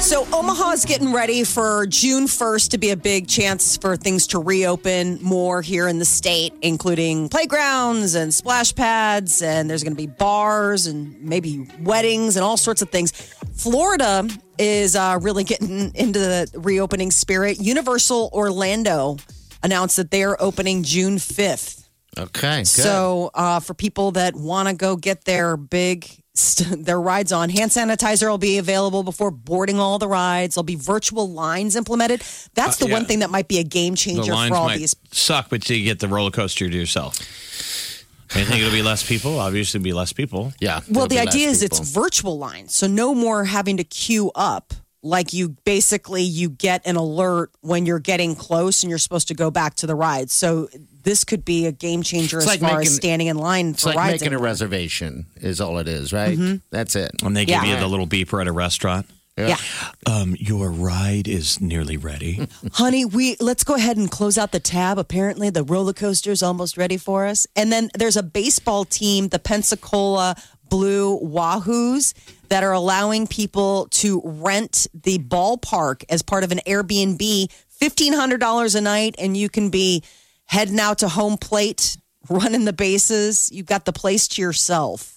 So Omaha's getting ready for June 1st to be a big chance for things to reopen more here in the state, including playgrounds and splash pads, and there's going to be bars and maybe weddings and all sorts of things. Florida is uh, really getting into the reopening spirit. Universal Orlando announced that they are opening June 5th. Okay. Good. So, uh, for people that want to go get their big st- their rides on, hand sanitizer will be available before boarding all the rides. There'll be virtual lines implemented. That's the Uh, yeah. one thing that might be a game The changer lines for all might these. suck, but you get the roller coaster to yourself. I think it'll be less people. Obviously, it'll be less people. Yeah. Well, the idea is it's virtual lines, so no more having to queue up. Like you basically you get an alert when you're getting close and you're supposed to go back to the ride. So this could be a game changer It's as like far making- as standing in line It's for like rides. making a reservation is all it is, right? Mhm. That's it. And they give Yeah. you the little beeper at a restaurant. Yeah. Um, your ride is nearly Mm. ready. Honey, we let's go ahead and close out the tab. Apparently, the roller coaster's almost ready for us. And then there's a baseball team, the Pensacola Blue Wahoos, that are allowing people to rent the ballpark as part of an Airbnb, fifteen hundred dollars a night, and you can be heading out to home plate, running the bases. You've got the place to yourself.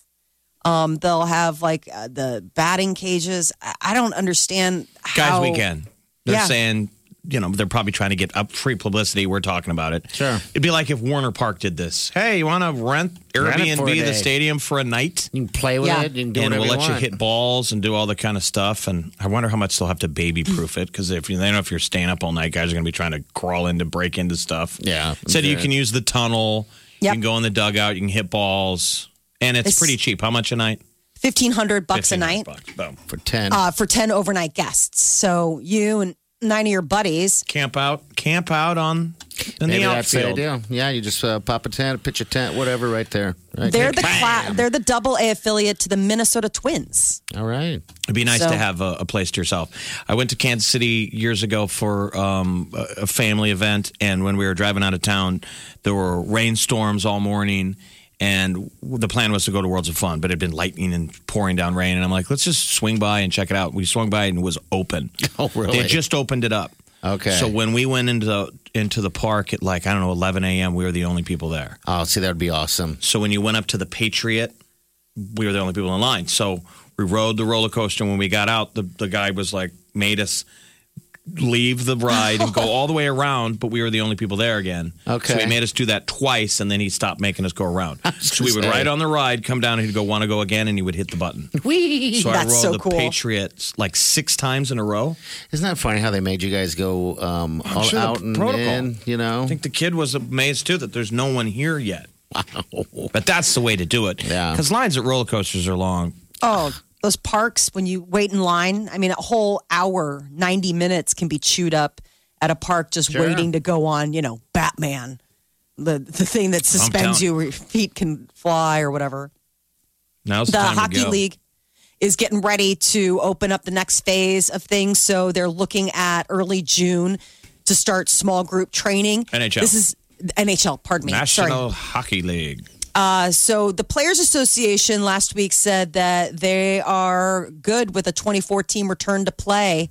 Um, they'll have like uh, the batting cages. I, I don't understand Guys how Weekend. They're Yeah. saying, you know, they're probably trying to get up free publicity. We're talking about it. Sure. It'd be like if Warner Park did this. Hey, you want to rent Rent Airbnb it for a the day. stadium for a night? You can play with Yeah. it. You can do and whatever we'll let you, you want. hit balls and do all the kind of stuff. And I wonder how much they'll have to baby proof it because if you, they know if you're staying up all night, guys are going to be trying to crawl into, break into stuff. Yeah, Said you okay. can use the tunnel. You Yep. can go in the dugout. You can hit balls, and it's, It's- pretty cheap. How much a night? fifteen hundred bucks a 1500 night. Bucks. Boom. for ten. uh, for 10 overnight guests. So you and nine of your buddies. Camp out. Camp out on in Maybe the that's the outfield. idea. Yeah, you just uh, pop a tent, pitch a tent, whatever, right there. Right They're the there. cla- they're the double A affiliate to the Minnesota Twins. all right. It'd be nice So- to have a, a place to yourself. I went to Kansas City years ago for um, a a family event, and when we were driving out of town, there were rainstorms all morning, and the plan was to go to Worlds of Fun, but it had been lightning and pouring down rain, and I'm like, let's just swing by and check it out. We swung by and it was open. Oh, really? They just opened it up. Okay. So when we went into the, into the park at like I don't know 11 a.m., we were the only people there. oh, see, that would be awesome. So when you went up to the Patriot, we were the only people in line. So we rode the roller coaster. When we got out, the, the guy was like, made us leave the ride and go all the way around, but we were the only people there again. So Okay. he made us do that twice, and then he stopped making us go around. was So we would gonna say. ride on the ride, come down, and he'd go, want to go again, and he would hit the button. Whee! So I rode That's so the cool. Patriot like six times in a row. Isn't that funny how they made you guys go um, all sure the out and protocol. in? You know, I think the kid was amazed too that there's no one here yet. wow. But that's the way to do it. Yeah. Because lines at roller coasters are long. Oh, those parks when you wait in line, I mean a whole hour, 90 minutes can be chewed up at a park just Sure. waiting to go on, you know, Batman. The the thing that suspends telling you where your feet can fly or whatever. Now's the, the time to hockey go. league is getting ready to open up the next phase of things so they're looking at early june to start small group training NHL. this is nhl pardon me National sorry Hockey League. uh, so the players association last week said that they are good with a 2014 return to play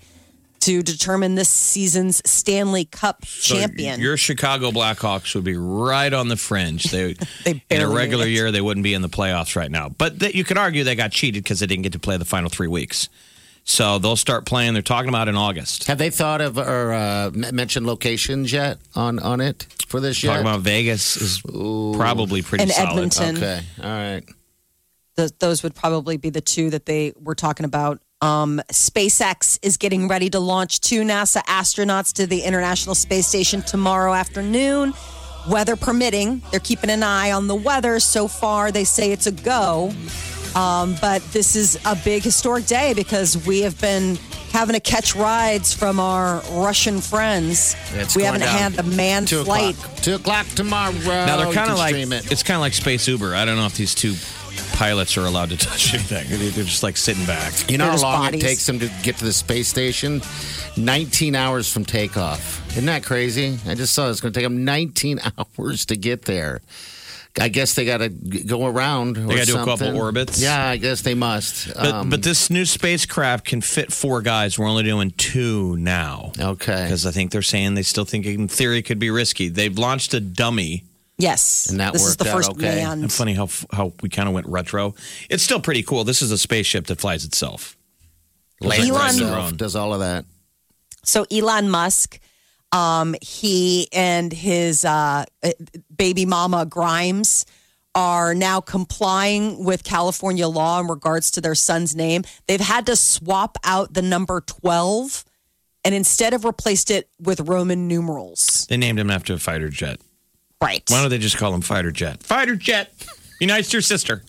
to determine this season's stanley cup So champion Your Chicago Blackhawks would be right on the fringe. They, They in a barely regular made it. year they wouldn't be in the playoffs right now. But that you could argue they got cheated because they didn't get to play the final three weeks. So they'll start playing. They're talking about in August. Have they thought of or uh, m- mentioned locations yet on on it for this year? Talking about Vegas is probably pretty And solid. Edmonton. okay, all right. Th those would probably be the two that they were talking about. Um, SpaceX is getting ready to launch two NASA astronauts to the International Space Station tomorrow afternoon, weather permitting. They're keeping an eye on the weather. So far, they say it's a go. Um, but this is a big historic day because we have been having to catch rides from our Russian friends. It's we going haven't down. had the manned Two flight. o'clock. Two o'clock tomorrow. Now Oh, they're kind of like it. it's kind of like space Uber. I don't know if these two pilots are allowed to touch anything. They- They're just like sitting back. You know They're how just long bodies. it takes them to get to the space station? 19 hours from takeoff. Isn't that crazy? I just saw it's going to take them 19 hours to get there. I guess they got to go around. They gotta do a couple orbits. Yeah, I guess they must. But, Um, but this new spacecraft can fit four guys. We're only doing two now. Oh, okay. Because I think they're saying they still think in theory could be risky. They've launched a dummy. Yes. And that this is worked the out first okay. manned. And funny how how we kind of went retro. It's still pretty cool. This is a spaceship that flies itself. Lands Elon- itself, does all of that. So Elon Musk, um, he and his uh, baby mama Grimes are now complying with California law in regards to their son's name. They've had to swap out the number 12 and instead have replaced it with Roman numerals. They named him after a fighter jet. Right. Why don't they just call him Fighter Jet? Fighter Jet, be nice to your sister.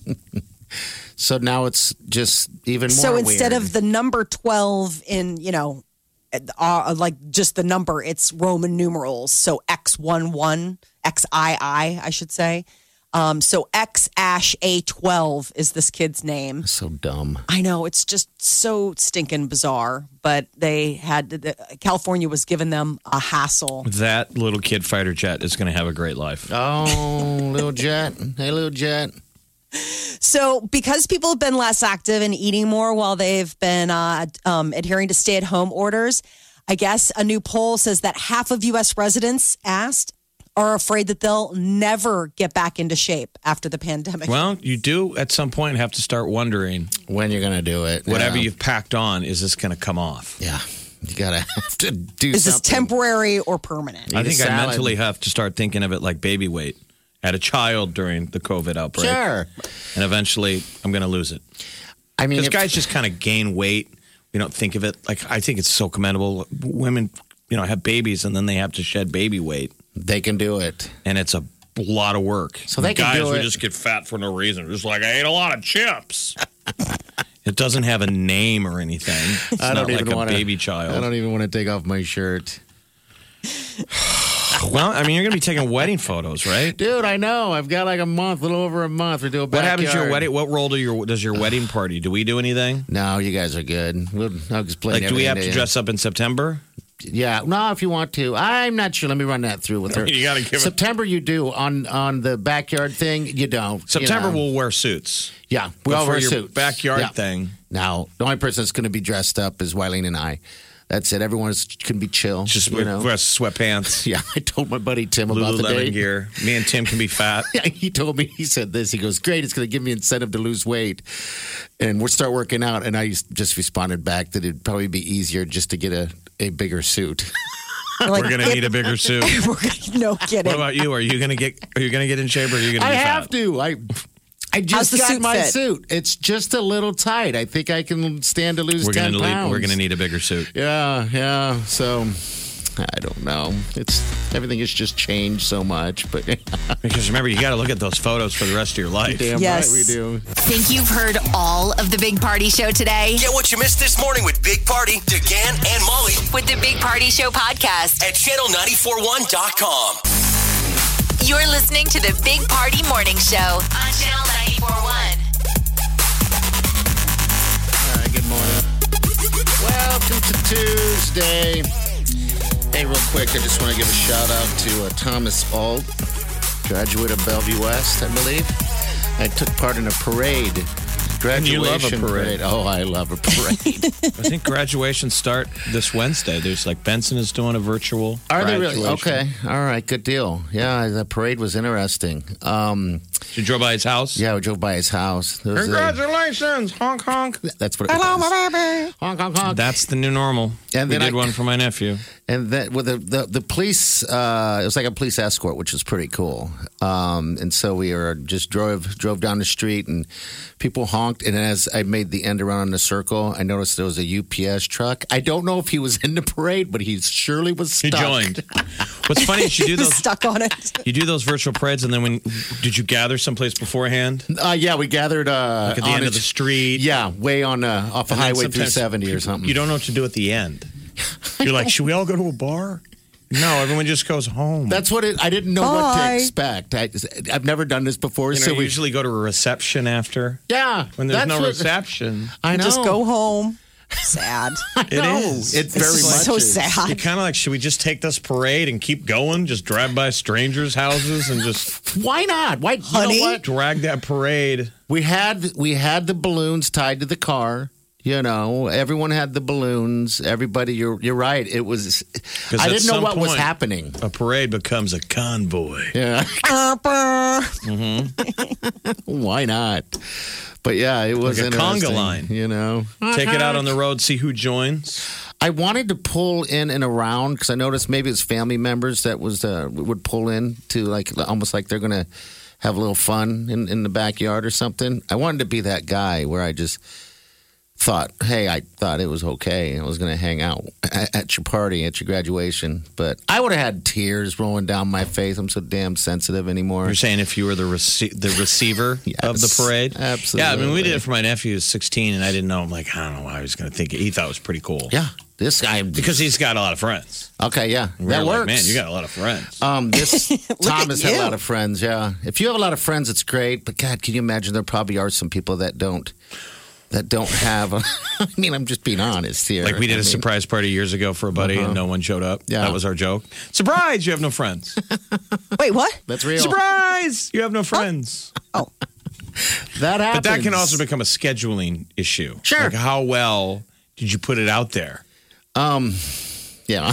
so now it's just even more. So instead weird. of the number 12 in, you know, uh, like just the number, it's Roman numerals. So X11, XII, I should say. Um, so X Ash A12 is this kid's name. So dumb. I know it's just so stinking bizarre, but they had the, California was giving them a hassle. That little kid Fighter Jet is going to have a great life. Oh, little jet. Hey, little jet. So, because people have been less active and eating more while they've been uh, um, adhering to stay at home orders, I guess a new poll says that half of U.S. residents asked are afraid that they'll never get back into shape after the pandemic. Well, you do at some point have to start wondering when you're going to do it. Whatever Yeah. you've packed on, is this going to come off? Yeah, you gotta have to do. is this something. temporary or permanent? I Eat a think I salad. mentally have to start thinking of it like baby weight. I had a child during the COVID outbreak. Sure. And eventually I'm going to lose it. I mean, Because if- guys just kind of gain weight. We don't think of it like I think it's so commendable. Women, you know, have babies and then they have to shed baby weight. They can do it, and it's a lot of work. So they can guys do we it. just get fat for no reason. Just like I ate a lot of chips. it doesn't have a name or anything. It's I don't not even like want a baby child. I don't even want to take off my shirt, Well, I mean, you're going to be taking wedding photos, right? dude. I know. I've got like a month, a little over a month. We do a What happens to your backyard. wedding? What role do your does your wedding party? Do we do anything? No, you guys are good. We'll, I'll explain. Like, do we everything have to you. dress up in September? Yeah, no, if you want to. I'm not sure. Let me run that through with her. You gotta give it- September. You do on on the backyard thing. You don't. you September, know. we'll wear suits. Yeah, we all But for wear your suits. backyard Yeah. thing. Now, the only person that's going to be dressed up is Wileen and I. That's it. Everyone is, can be chill. Just you wear, know. wear sweatpants. Yeah, I told my buddy Tim about the Lululemon date. gear. Me and Tim can be fat. Yeah, he told me he said this. He goes, "Great, it's going to give me incentive to lose weight, and we'll start working out." And I just responded back that it'd probably be easier just to get a, a bigger suit. Like, We're gonna need a bigger suit. we're gonna- no kidding. What about you? Are you gonna get? Are you gonna get in shape? Or are you gonna? I be fat? have to. I I How's just the got suit my fit? suit. It's just a little tight. I think I can stand to lose We're ten gonna pounds. need, we're gonna need a bigger suit. Yeah, yeah. So I don't know. It's everything has just changed so much, but Because remember, you got to look at those photos for the rest of your life. damn Yes. right we do. Think you've heard all of the Big Party Show today? Get what you missed this morning with Big Party, DeGan, and Molly With the Big Party Show podcast, at channel941.com. you're listening to the Big Party Morning Show on Channel 941. All right, good morning. Welcome to Tuesday. Hey, real quick, I just want to give a shout out to uh, Thomas Alt, graduate of Bellevue West, I believe. I took part in a parade. Graduation you love a parade. Oh, I love a parade. I think graduations start this Wednesday. There's like Benson is doing a virtual. Are they really? graduation. Okay. All right. Good deal. Yeah, the parade was interesting. Um, You drove by his house. yeah, we drove by his house. There was a- Congratulations, honk honk. that's what it Hello, my baby. Honk, honk, honk. That's the new normal. And we then did I- one for my nephew. And that with the the, the police, uh, it was like a police escort, which was pretty cool. Um, and so we were just drove drove down the street, and people honked. And as I made the end around in the circle, I noticed there was a UPS truck. I don't know if he was in the parade, but he surely was He stuck. joined. What's funny is you do those stuck on it. you do those virtual parades, and then when did you gather someplace beforehand? Uh, yeah, we gathered uh, Like at the on end a- of the street. Yeah, way on uh, off the And then highway through sometimes seventy or people- something. You don't know what to do at the end. You're like, should we all go to a bar? No, everyone just goes home. That's what it. I didn't know what to Bye. expect. I, I've never done this before, you know, so you we. usually go to a reception after. yeah, When there's that's no what- reception, I know. Just go home. Sad. it is. Oh, It's very This is much so is. You're sad. kind of like, should we just take this parade and keep going? Just drive by strangers' houses and just Why not? Why, Honey? You know what? drag that parade. We had we had the balloons tied to the car. You know, everyone had the balloons. Everybody, you're you're right. It was. 'Cause I at didn't know some what was point- happening. A parade becomes a convoy. Yeah, Burp. why not? But yeah, it was Like a conga interesting, line. You know, Take it out Uh-huh. on the road, see who joins. I wanted to pull in and around because I noticed maybe it's family members that was uh, would pull in to like almost like they're gonna have a little fun in, in the backyard or something. I wanted to be that guy where I just thought, hey, I thought it was okay. I was going to hang out a- at your party, at your graduation, but I would have had tears rolling down my face. I'm so damn sensitive anymore. You're saying if you were the rece- the receiver of the parade, absolutely. Yeah, I mean, we did it for my nephew who's 16, and I didn't know. I'm like, I don't know why I was going to think it. He thought it was pretty cool. Yeah, this guy because he's got a lot of friends. Okay, yeah, And we that were like, works. Man, you got a lot of friends. Um, this Thomas at had a you. lot of friends. Yeah, if you have a lot of friends, it's great. But God, can you imagine? There probably are some people that don't that don't have. I mean, I'm just being honest here. Like we did I a mean, Uh-huh. surprise party years ago for a buddy, and no one showed up. Yeah. that was our joke. Surprise! You have no friends. Wait, what? That's real. Surprise! You have no friends. That happens. But that can also become a scheduling issue. Sure. Like how well did you put it out there? Um, yeah.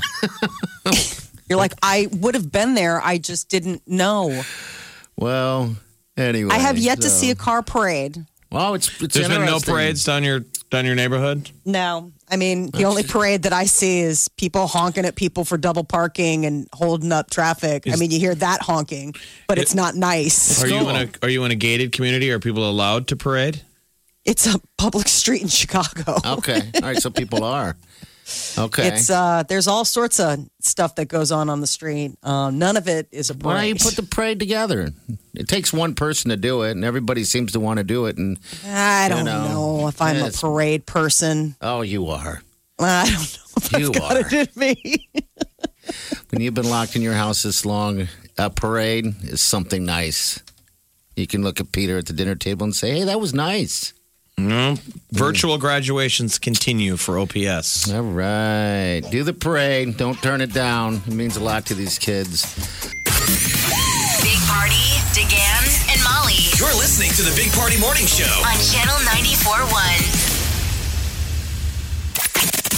You're like, I would have been there. I just didn't know. Well, anyway, I have yet to so- see a car parade. Well, it's, it's There's been no interesting. parades down your down your neighborhood. No. I mean, the only parade that I see is people honking at people for double parking and holding up traffic. I mean, you hear that honking, but it's not nice. Are you in a are you in a gated community? Are people allowed to parade? It's a public street in Chicago. Okay. All right. So people are. Okay. It's uh there's all sorts of stuff that goes on on the street. Um, none of it is a parade. Why don't you put the parade together? It takes one person to do it, and everybody seems to want to do it. And I don't you know, know, if I'm yes. a parade person. oh, you are. I don't know if that's You got are. it in me. When you've been locked in your house this long, a parade is something nice. You can look at Peter at the dinner table and say, "Hey, that was nice." No. Virtual graduations continue for OPS. All right, do the parade. Don't turn it down. It means a lot to these kids. Big Party, DeGan, and Molly You're listening to the Big Party Morning Show. on Channel 94.1.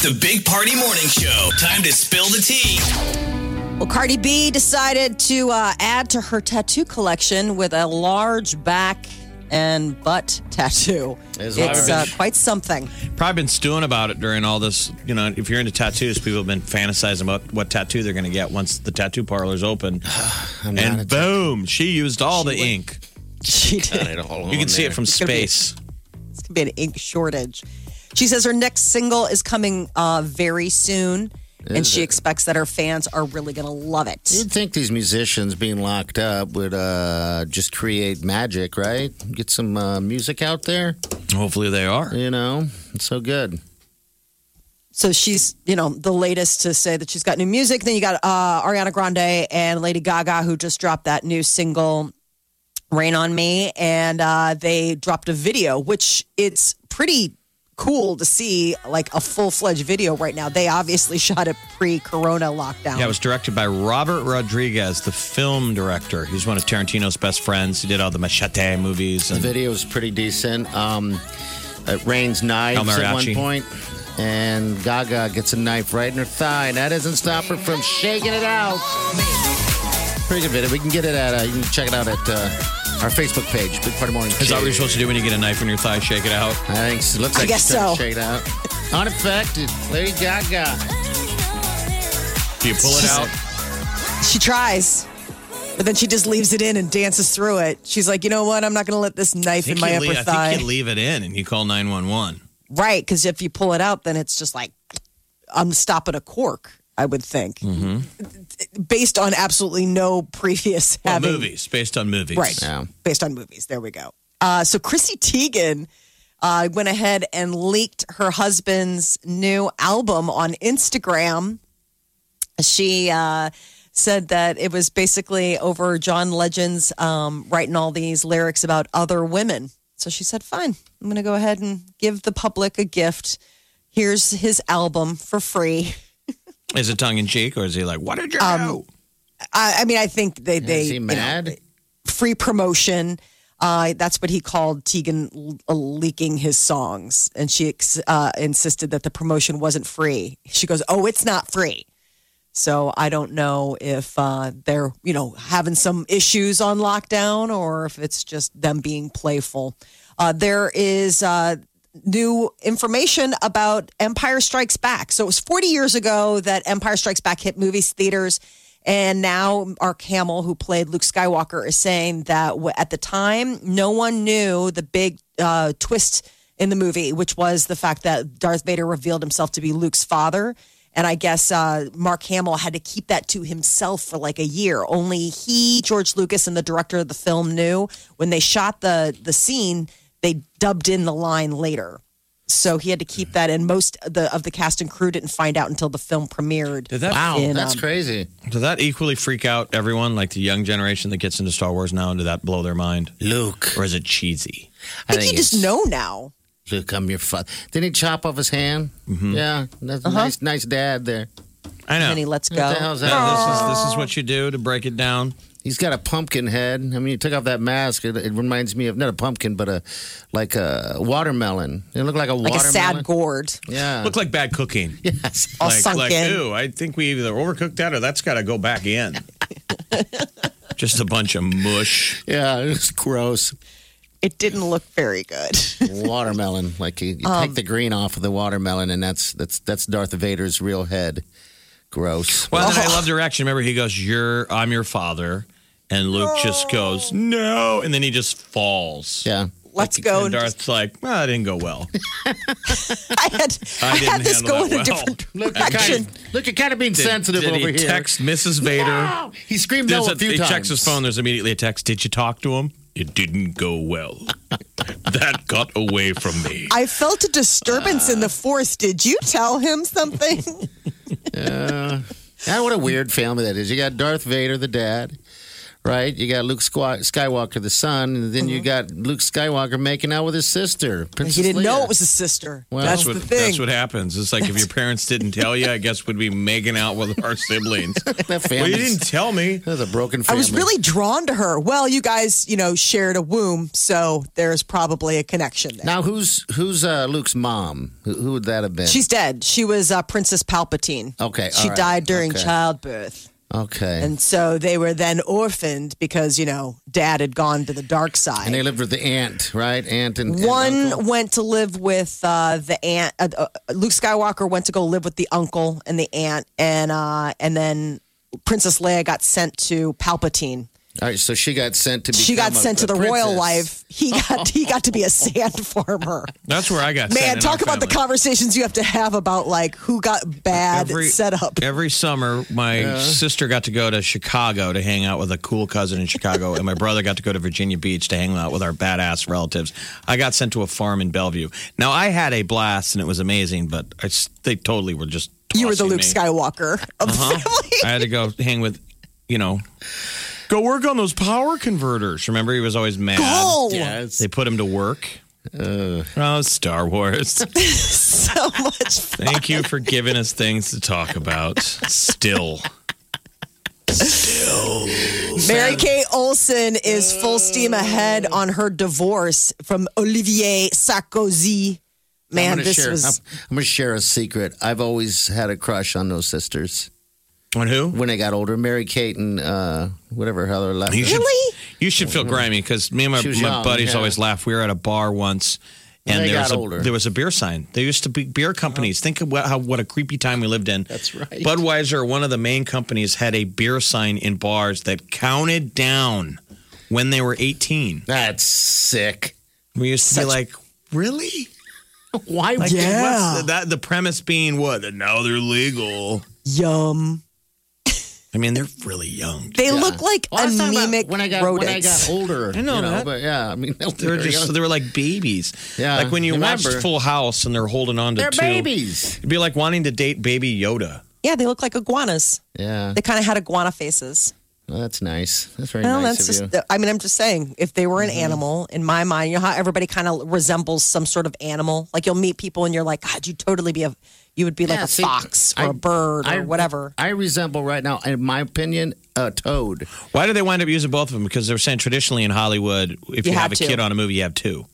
The Big Party Morning Show. Time to spill the tea. Well, Cardi B decided to uh, add to her tattoo collection with a large back and butt tattoo. There's a lot It's of uh, it. quite something. Probably been stewing about it during all this. You know, if you're into tattoos, people have been fantasizing about what tattoo they're going to get once the tattoo parlor's open. I'm not and a- boom, she used all the ink. She did. not at all You on can see there. it from could be- space. It's gonna be an ink shortage. She says her next single is coming uh, very soon, and Is she it? expects that her fans are really gonna love it. You'd think these musicians being locked up would uh, just create magic, right? Get some uh, music out there. Hopefully, they are. You know, it's so good. so she's you know the latest to say that she's got new music then you got uh, ariana grande and lady gaga who just dropped that new single rain on me and uh, they dropped a video which it's pretty cool to see like a full-fledged video right now they obviously shot it pre-corona lockdown Yeah, it was directed by Robert Rodriguez, the film director. He's one of Tarantino's best friends. He did all the Machete movies. The And video is pretty decent. Um, it rains knives El at one Mariachi. point, and Gaga gets a knife right in her thigh, and that doesn't stop her from shaking it out. Pretty good video. We can get it at. Uh, you can check it out at uh, our Facebook page, Big Party Morning. is that what Show. you're supposed to do when you get a knife in your thigh? Shake it out. I think so. it looks I like guess she's trying so. to shake it out. Unaffected, Lady Gaga. Do you pull it out? she tries but then she just leaves it in and dances through it she's like you know what i'm not gonna let this knife in my you upper leave, I thigh think you leave it in and you call 911. Right, because if you pull it out, then it's just like I'm stopping a cork. I would think, based on absolutely no previous Mm-hmm. Well, having movies, based on movies. right, Yeah. based on movies. There we go. Uh, so Chrissy Teigen uh, went ahead and leaked her husband's new album on Instagram. She uh, said that it was basically over John Legend's um, writing all these lyrics about other women. So she said, "Fine, I'm going to go ahead and give the public a gift. Here's his album for free." Is it tongue in cheek or is he like, what did you Um, do? I, I mean, I think they they Is he you know, mad? free promotion. Uh, that's what he called Tegan l- uh, leaking his songs, and she ex- uh, insisted that the promotion wasn't free. She goes, "Oh, it's not free." So I don't know if uh, they're you know having some issues on lockdown or if it's just them being playful. Uh, there is uh, new information about Empire Strikes Back. So it was 40 years ago that Empire Strikes Back hit movies theaters. And now Mark Hamill, who played Luke Skywalker, is saying that w- at the time, no one knew the big uh, twist in the movie, which was the fact that Darth Vader revealed himself to be Luke's father. And I guess uh, Mark Hamill had to keep that to himself for like a year. Only he, George Lucas, and the director of the film knew. When they shot the the scene, they dubbed in the line later, so he had to keep that. And most of the, of the cast and crew didn't find out until the film premiered. in, um, crazy. Did that equally freak out everyone, like the young generation that gets into Star Wars now? And did that blow their mind? Luke. Or is it cheesy? I think you just know now. Luke, I'm your father. Didn't he chop off his hand? Mm-hmm. Yeah, that's nice, nice dad there. I know. And he lets What Uh-huh. go. the hell's that? Yeah, this is this is what you do to break it down. He's got a pumpkin head. I mean, he took off that mask. It, it reminds me of not a pumpkin, but a like a watermelon. It looked like a like a watermelon. sad gourd. Yeah. Looked like bad cooking. yes. Uh, All like, sunk like, in. Ew, I think we either overcooked that or that's got to go back in. Just a bunch of mush. Yeah, it was gross. It didn't look very good. Watermelon. like you, you take the green off of the watermelon, and that's that's that's Darth Vader's real head. Gross. Well, then I love direction. Remember, he goes, "You're, I'm your father," and Luke just goes, "No," and then he just falls. Yeah. Let's go. And Darth's like, well, "That didn't go well." I had I, I didn't had this handle go in that a different Look, you're direction. kind of, look, you're kind of being Did- sensitive did over he here. Text Mrs. Vader. No! He screamed no There's a, few he times. checks his phone. There's immediately a text. Did you talk to him? It didn't go well. that got away from me. I felt a disturbance in the force. Did you tell him something? Yeah, what a weird family that is. You got Darth Vader, the dad, right? You got Luke Squ- Skywalker, the son, and then you got Luke Skywalker making out with his sister. Mm-hmm. Princess he didn't Leia. know it was his sister. Well, that's, That's what, the thing. that's what happens. It's like if your parents didn't tell you, I guess we'd be making out with our siblings. that well, family. you didn't tell me. That was a broken I family. was really drawn to her. Well, you guys, you know, shared a womb, so there's probably a connection there. Now, who's who's uh, Luke's mom? Who, who would that have been? She's dead. She was uh, Princess Palpatine. Okay, all She right, died during okay. childbirth. okay. And, And so they were then orphaned because, you know, dad had gone to the dark side. they lived with the aunt, right? Aunt and and One uncle. went to live with uh, the aunt. Uh, uh, Luke Skywalker went to go live with the uncle and the aunt, and uh, and then Princess Leia got sent to Palpatine. All right, so she got sent to. Become She got a- sent a to the royal life. princess. He got he got to be a sand farmer. That's where I got. sent Man, in talk our about the family. conversations you have to have about like who got bad setup. Every summer, my sister got to go to Chicago to hang out with a cool cousin in Chicago, and my brother got to go to Virginia Beach to hang out with our badass relatives. I got sent to a farm in Bellevue. Now I had a blast and it was amazing, but I s they totally were just. you were the tossing me. Luke Skywalker of Uh-huh. the family. I had to go hang with, you know, go work on those power converters. Remember, he was always mad. Goal. Yes. They put him to work. oh, Star Wars. So much fun. Thank you for giving us things to talk about. Still. Mary Kay Olsen is full steam ahead Mm. on her divorce from Olivier Sarkozy. Man, I'm gonna this share, was I'm, I'm gonna share a secret. I've always had a crush on those sisters. On who? when I got older. Mary Kate and uh, whatever her other last You should- Really? you should feel grimy because me and my, She was my young, buddies yeah. always laugh. We were at a bar once, and When they there was got a older. Uh-huh. there was a beer sign. There used to be beer companies. Think of what, how what a creepy time we lived in. That's right. Budweiser, one of the main companies, had a beer sign in bars that counted down when they were eighteen. That's sick. We used to be like, really? Why? Like, Yeah. what's the, that the premise being what? That now they're legal. yum. I mean, they're really young. They look like Well, I was talking about anemic when I got rodents. when I got older. I know you that. but yeah, I mean They were just they were like babies. Yeah, like when you watched remember. Full House and they're holding on to they're two. babies. It'd be like wanting to date baby Yoda. yeah, they look like iguanas. Yeah, They kind of had iguana faces. well, that's nice. That's very Well, nice that's of just. you. Mm-hmm. I mean, I'm just saying, if they were an animal, in my mind, you know how everybody kind of resembles some sort of animal. Like you'll meet people and you're like, God, you totally be a, you would be like Yeah, a see, fox or I- a bird or I- whatever. I resemble right now, in my opinion, a toad. Why do they wind up using both of them? Because they were saying traditionally in Hollywood, if You you, have have, a to. kid on a movie, you have two.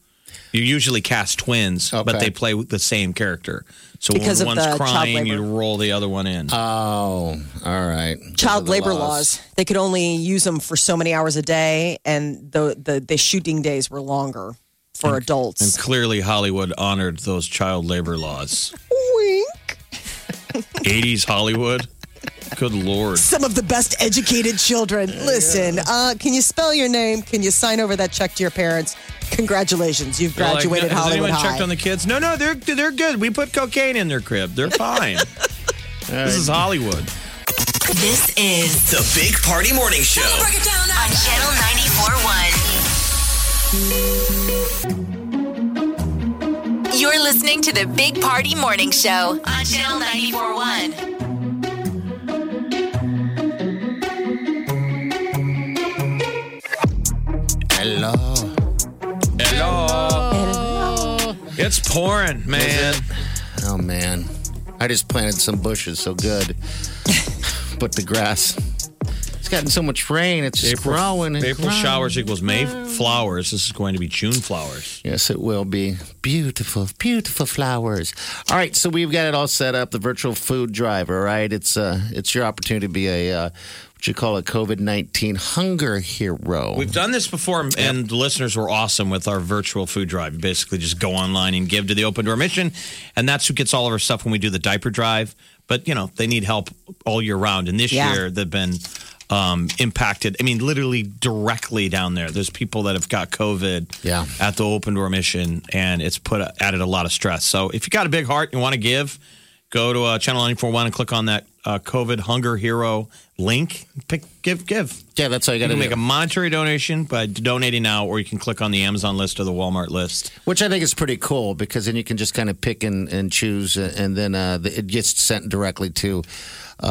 You usually cast twins, Okay. but they play with the same character. So Because of when one's the child crying, you labor. Uh, roll the other one in. Oh, all right. child Those are the labor laws. They could only use them for so many hours a day, and the the, the shooting days were longer for and adults. clearly, Hollywood honored those child labor laws. Wink. 80s Hollywood. Good lord. Some of the best educated children. Listen, uh, can you spell your name? Can you sign over that check to your parents? Congratulations, you've They're like, graduated "No, Has Hollywood anyone High. checked on the kids? No, no, they're they're good. We put cocaine in their crib. They're fine. this is Hollywood. This is The Big Party Morning Show. on Channel 94.1. You're listening to the Big Party Morning Show on Channel 94.1. Hello. Hello. Hello. It's pouring, man. Oh man. I just planted some bushes so good. but the grass it's gotten so much rain, it's just growing and April growing. showers equals May flowers. This is going to be June flowers. Yes, it will be. Beautiful, beautiful flowers. All right, so we've got it all set up. The virtual food drive. All right, it's uh, it's your opportunity to be a uh, what you call a COVID nineteen hunger hero. We've done this before, and the listeners were awesome with our virtual food drive. You basically just go online and give to the Open Door Mission, and that's who gets all of our stuff when we do the diaper drive. But you know, they need help all year round, and this Yeah. year they've been um, impacted. I mean, literally directly down there. There's people that have got COVID Yeah. at the Open Door Mission, and it's put added a lot of stress. So if you got a big heart and you want to give, go to uh, Channel 941 and click on that uh, COVID Hunger Hero link. Pick, give, give. Yeah, that's how you You got to can make make a monetary donation by donating now, or you can click on the Amazon list or the Walmart list. Which I think is pretty cool because then you can just kind of pick and, and choose, uh, and then uh, the, it gets sent directly to uh,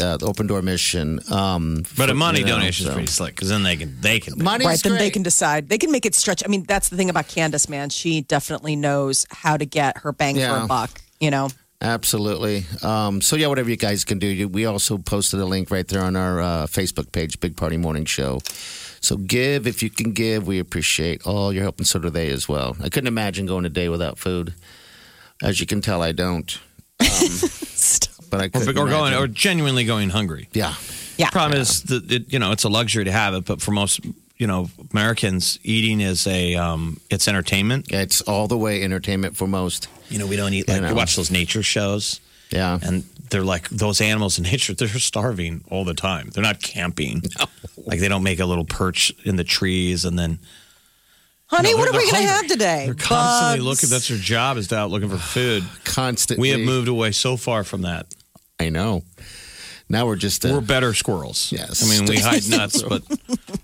uh, the Open Door Mission. Um, But for- a money you know, donation is so. pretty slick because then they can they can right, then they can decide. They can make it stretch. I mean, that's the thing about Candace, man. She definitely knows how to get her bang for Yeah. a buck. You know, Absolutely. Um, so yeah, whatever you guys can do. You- We also posted a link right there on our uh, Facebook page, Big Party Morning Show. So give if you can give. We appreciate all your help, and so do they as well. I couldn't imagine going a day without food. As you can tell, I don't. Um, but I or, could or going or imagine. genuinely going hungry. yeah. Yeah. Problem is that it, you know it's a luxury to have it, but for most you know Americans, eating is a um, it's entertainment. It's all the way entertainment for most. You know we don't eat like um, You you know. watch those nature shows. Yeah. and they're like those animals in nature they're starving all the time they're not camping like they don't make a little perch in the trees and then honey, No, what they're- are we they're going to have hungry. today? they're constantly Bugs. looking that's their job is to out looking for food Constantly. we have moved away so far from that I know. Now we're just. uh we're better squirrels Yes. i mean we hide nuts but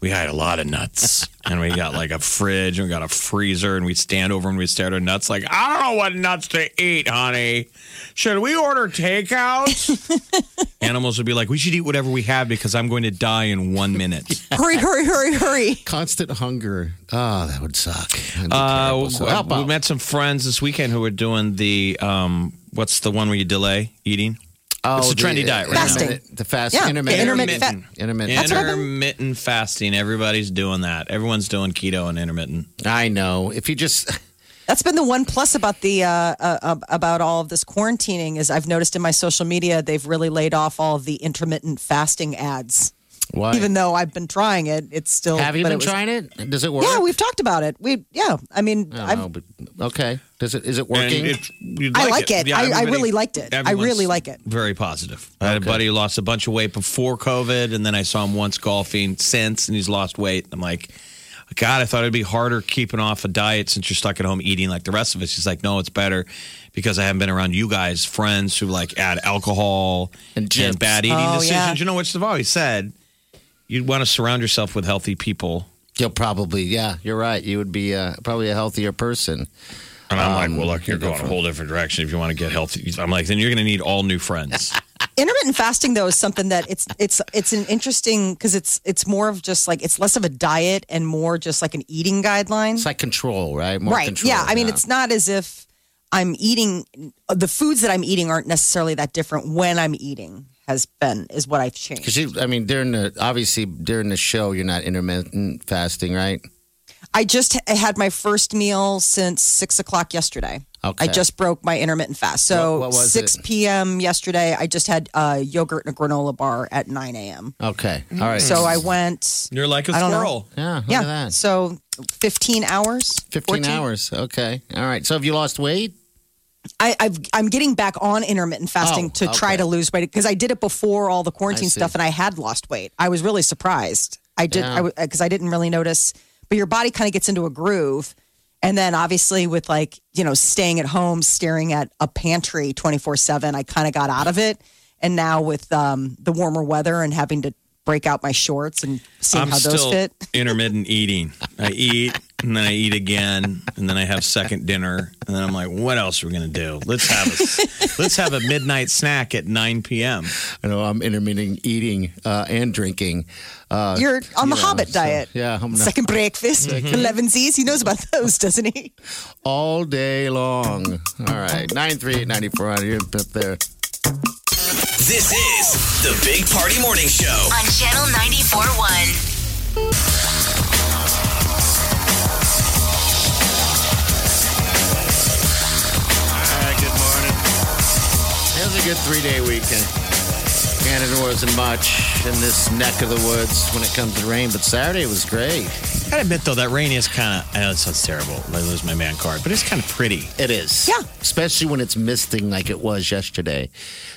we hide a lot of nuts and we got like a fridge and we got a freezer and we stand over and we stare at our nuts like i don't know what nuts to eat honey should we order takeout animals would be like we should eat whatever we have because i'm going to die in one minute hurry, hurry, hurry, hurry. Constant hunger. Oh, that would suck. That'd be Uh, terrible. So help we out. met some friends this weekend who were doing the um, what's the one where you delay eating? it's a trendy diet right Fasting. now. Oh, The fast Yeah, intermittent. intermittent fa- intermittent. That's what I've been- intermittent fasting. Everybody's doing that. Everyone's doing keto and intermittent. I know. If you just That's been the one plus about the uh, uh, uh, about all of this quarantining is I've noticed in my social media they've really laid off all of the intermittent fasting ads. why Even though I've been trying it, it's still. have you but it been was- trying it? Does it work? Yeah, we've talked about it. We yeah, I mean, I don't I've, know, but okay. Does it is it working? And if you'd I like it. Yeah, I- I everybody- really liked it. I everyone's really like it. Very positive. I had a buddy who lost a bunch of weight before COVID, and then I saw him once golfing since, and he's lost weight. I'm like, God, I thought it'd be harder keeping off a diet since you're stuck at home eating like the rest of us. He's like, No, it's better because I haven't been around you guys, friends who like add alcohol And chips. bad eating Oh, decisions. yeah. You know, which they've always said, you want to surround yourself with healthy people. You'll probably yeah. You're right. You would be uh, probably a healthier person. And I'm Um, like, well, look, you're going a whole different direction if you want to get healthy. I'm like, then you're going to need all new friends. intermittent fasting though is something that it's it's it's an interesting because it's it's more of just like it's less of a diet and more just like an eating guideline. It's like control, right? More right? Control, yeah, I mean, it's not as if I'm eating the foods that I'm eating aren't necessarily that different when I'm eating has been is what I've because changed. you. I mean, during the obviously during the show, you're not intermittent fasting, right? I just h- had my first meal since six o'clock yesterday. Okay. I just broke my intermittent fast. So What- what was 6 it? p.m. yesterday, I just had uh, yogurt and a granola bar at 9 a.m. Okay. All right. Mm-hmm. So I went. You're like a I don't know. squirrel. yeah. Look yeah. At that. So 15 hours. 15 14. hours. Okay. All right. So have you lost weight? I, I've, I'm getting back on intermittent fasting Oh, to try okay. to lose weight because I did it before all the quarantine see. stuff and I had lost weight. I was really surprised. I did Yeah. because I, didn't really notice. But your body kind of gets into a groove, and then obviously with like you know staying at home, staring at a pantry 24 seven, I kind of got out of it. And now with um, the warmer weather and having to break out my shorts and seeing I'm how still those fit. intermittent eating. I eat and then I eat again and then I have second dinner and then I'm like, what else are we gonna do? Let's have a let's have a midnight snack at 9 p.m. I know I'm intermittent eating uh, and drinking. Uh, You're on the you know, Hobbit so- diet. yeah, Mm-hmm. I'm not- Second breakfast, Mhm. 11 Z's. He knows about those, doesn't he? all day long. All right, 938 9400. You're up there. This is the Big Party Morning Show. on Channel 941. All right, good morning. It was a good three day weekend. Canada wasn't much in this neck of the woods when it comes to rain, but Saturday was great. Gotta admit though, that rain is kinda I know it sounds terrible. I lose my man card, but it's kinda pretty. It is. Yeah. Especially when it's misting like it was yesterday.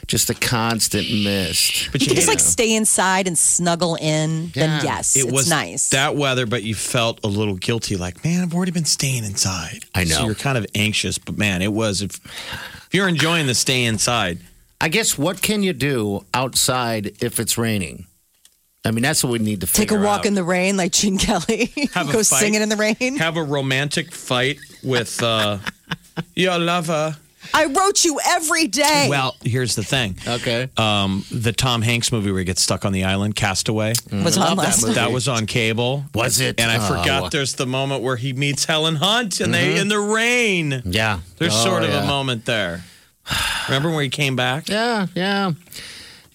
Just a constant mist. you, can just like stay inside and snuggle in, then Yeah. yes, it's nice. that weather, but you felt a little guilty, like, man, I've already been staying inside. I know. So you're kind of anxious, but man, it was if, if you're enjoying the stay inside. I guess what can you do outside if it's raining? I mean, that's what we need to Take a figure walk out. in the rain like Gene Kelly. Have a Go fight. singing in the rain. Have a romantic fight with uh your lover. I wrote you every day. Well, here's the thing. Okay. Um, the Tom Hanks movie where he gets stuck on the island, Castaway. Was on last that, was on cable. Mm. Was it? And I Oh. Mm-hmm. forgot there's the moment where he meets Helen Hunt and they in the rain. Yeah. There's Oh, sort of yeah. a moment there. Remember where he came back? Yeah, yeah.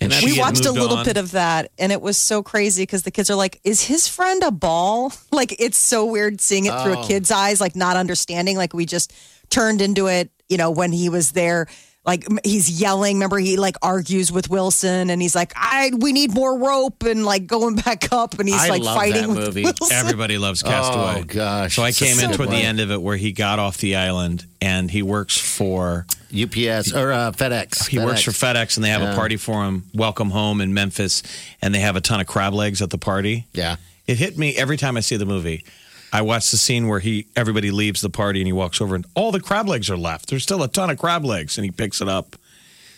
And she we had watched a moved little on? bit of that and it was so crazy because the kids are like, Is his friend a ball? Like, it's so weird seeing it through a Oh. kid's eyes, like not understanding. Like, we just turned into it, you know, when he was there. Like, m- he's yelling. Remember, he like argues with Wilson and he's like, I, we need more rope and like going back up and he's I like love fighting that with movie. Wilson. Everybody loves Castaway. Oh, gosh. So I It's a came in good toward the one. end of it where he got off the island and he works for UPS or uh, FedEx. Oh, he works for FedEx and they have a Yeah. party for him, welcome home in Memphis, and they have a ton of crab legs at the party. Yeah. It hit me every time I see the movie. I watch the scene where he everybody leaves the party and he walks over and all the crab legs are left. There's still a ton of crab legs and he picks it up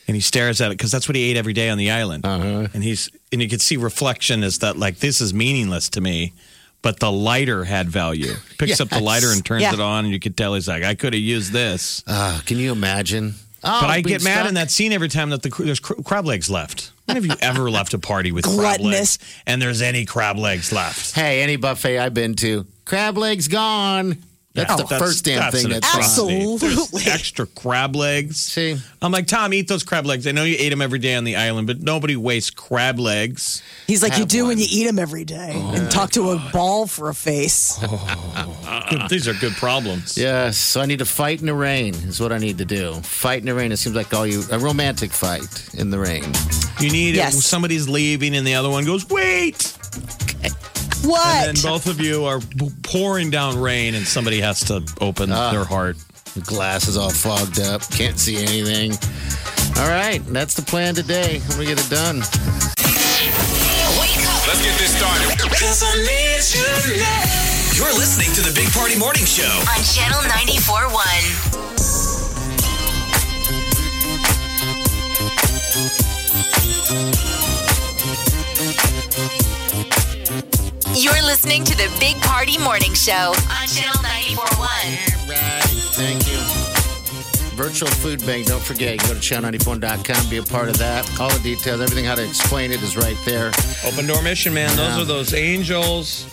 and he stares at it because that's what he ate every day on the island. Uh-huh. And he's and you can see reflection is that like this is meaningless to me, but the lighter had value. He picks up the lighter and turns Yeah. it on and you could tell he's like I could have used this. Uh, can you imagine? Oh, But I being get mad stuck. in that scene every time that the cr- there's cr- crab legs left. When have you ever left a party with crab legs Gluttonous. and there's any crab legs left? Hey, any buffet I've been to, crab legs gone. That's Yeah, Oh, the first damn that's thing an that's atrocity. wrong. Absolutely. There's Extra crab legs. See? I'm like, Tom, eat those crab legs. I know you ate them every day on the island, but nobody wastes crab legs. He's like, you Have do one. Oh when you eat them every day and talk to a ball for a face. Uh-uh. Good- These are good problems. Yes, so I need to fight in the rain. Is what I need to do. Fight in the rain. It seems like all you a romantic fight in the rain. You need Yes. somebody's leaving and the other one goes, wait. And What? then both of you are p- pouring down rain and somebody has to open Ah. their heart. The glass is all fogged up. Can't see anything. All right, that's the plan today. I'm gonna get it done. Wake up Let's get this started. You're listening to the Big Party Morning Show. on Channel 941. You're listening to the Big Party Morning Show on Channel 941. All right, thank you. Virtual Food Bank, don't forget, go to channel94.com, be a part of that. All the details, everything how to explain it is right there. Open door mission, man. Those are those angels.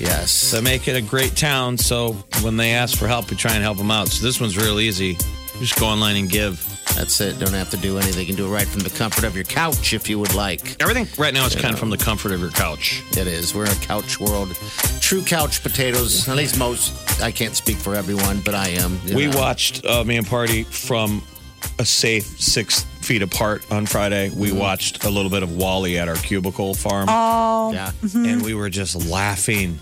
Yes. They make it a great town, so when they ask for help, we try and help them out. So this one's real easy. You just go online and give. That's it. Don't have to do anything. You can do it right from the comfort of your couch if you would like. Everything right now is kind of from the comfort of your couch. It is. We're in a couch world. True couch potatoes, at least most. I can't speak for everyone, but I am. you We know. watched uh, me and Party from a safe six feet apart on Friday. We watched a little bit of Wally at our cubicle farm, Oh, Yeah. and we were just laughing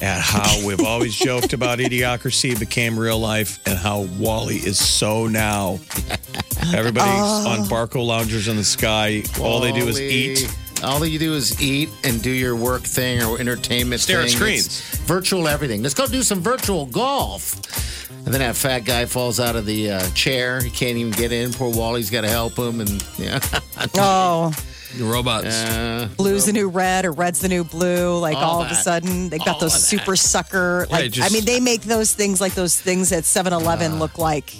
at how we've always joked about idiocracy became real life and how Wally is so now. Everybody's Oh. on Barco loungers in the sky. All they do is eat. All you do is eat and do your work thing or entertainment Stare at thing. It's virtual everything. Let's go do some virtual golf. And then that fat guy falls out of the uh, chair. He can't even get in. Poor Wally's got to help him. And yeah. Oh. robots. Blue's the new red, or red's the new blue. Like all, All of a that. sudden, they've got those super sucker. Yeah, Like it just- I mean, they make those things like those things at 7-Eleven look like.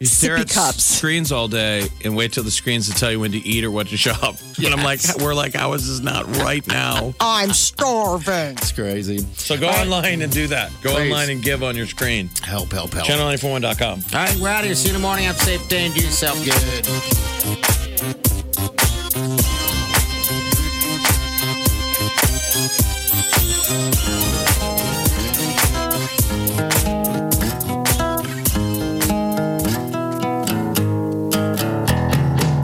You stare Sippy at cups. screens all day and wait till the screens to tell you when to eat or what to shop. And I'm like, we're like, how is this not right now? I'm starving. It's crazy. So go online and do that. Go online and give on your screen. Help, help, help. Channel941.com. All right, we're out of here. See you in the morning. Have a safe day and do yourself good.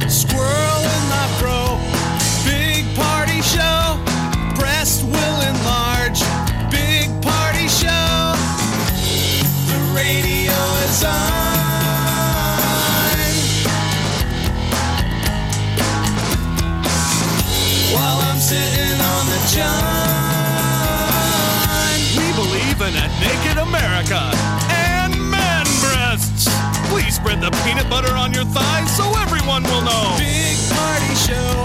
Squirrel in my fro. Big party show. Breast will enlarge. Big party show. The radio is on. While I'm sitting on the john. We believe in a naked America and man breasts. Please spread the peanut butter on your thighs so everyone will know. Big party show.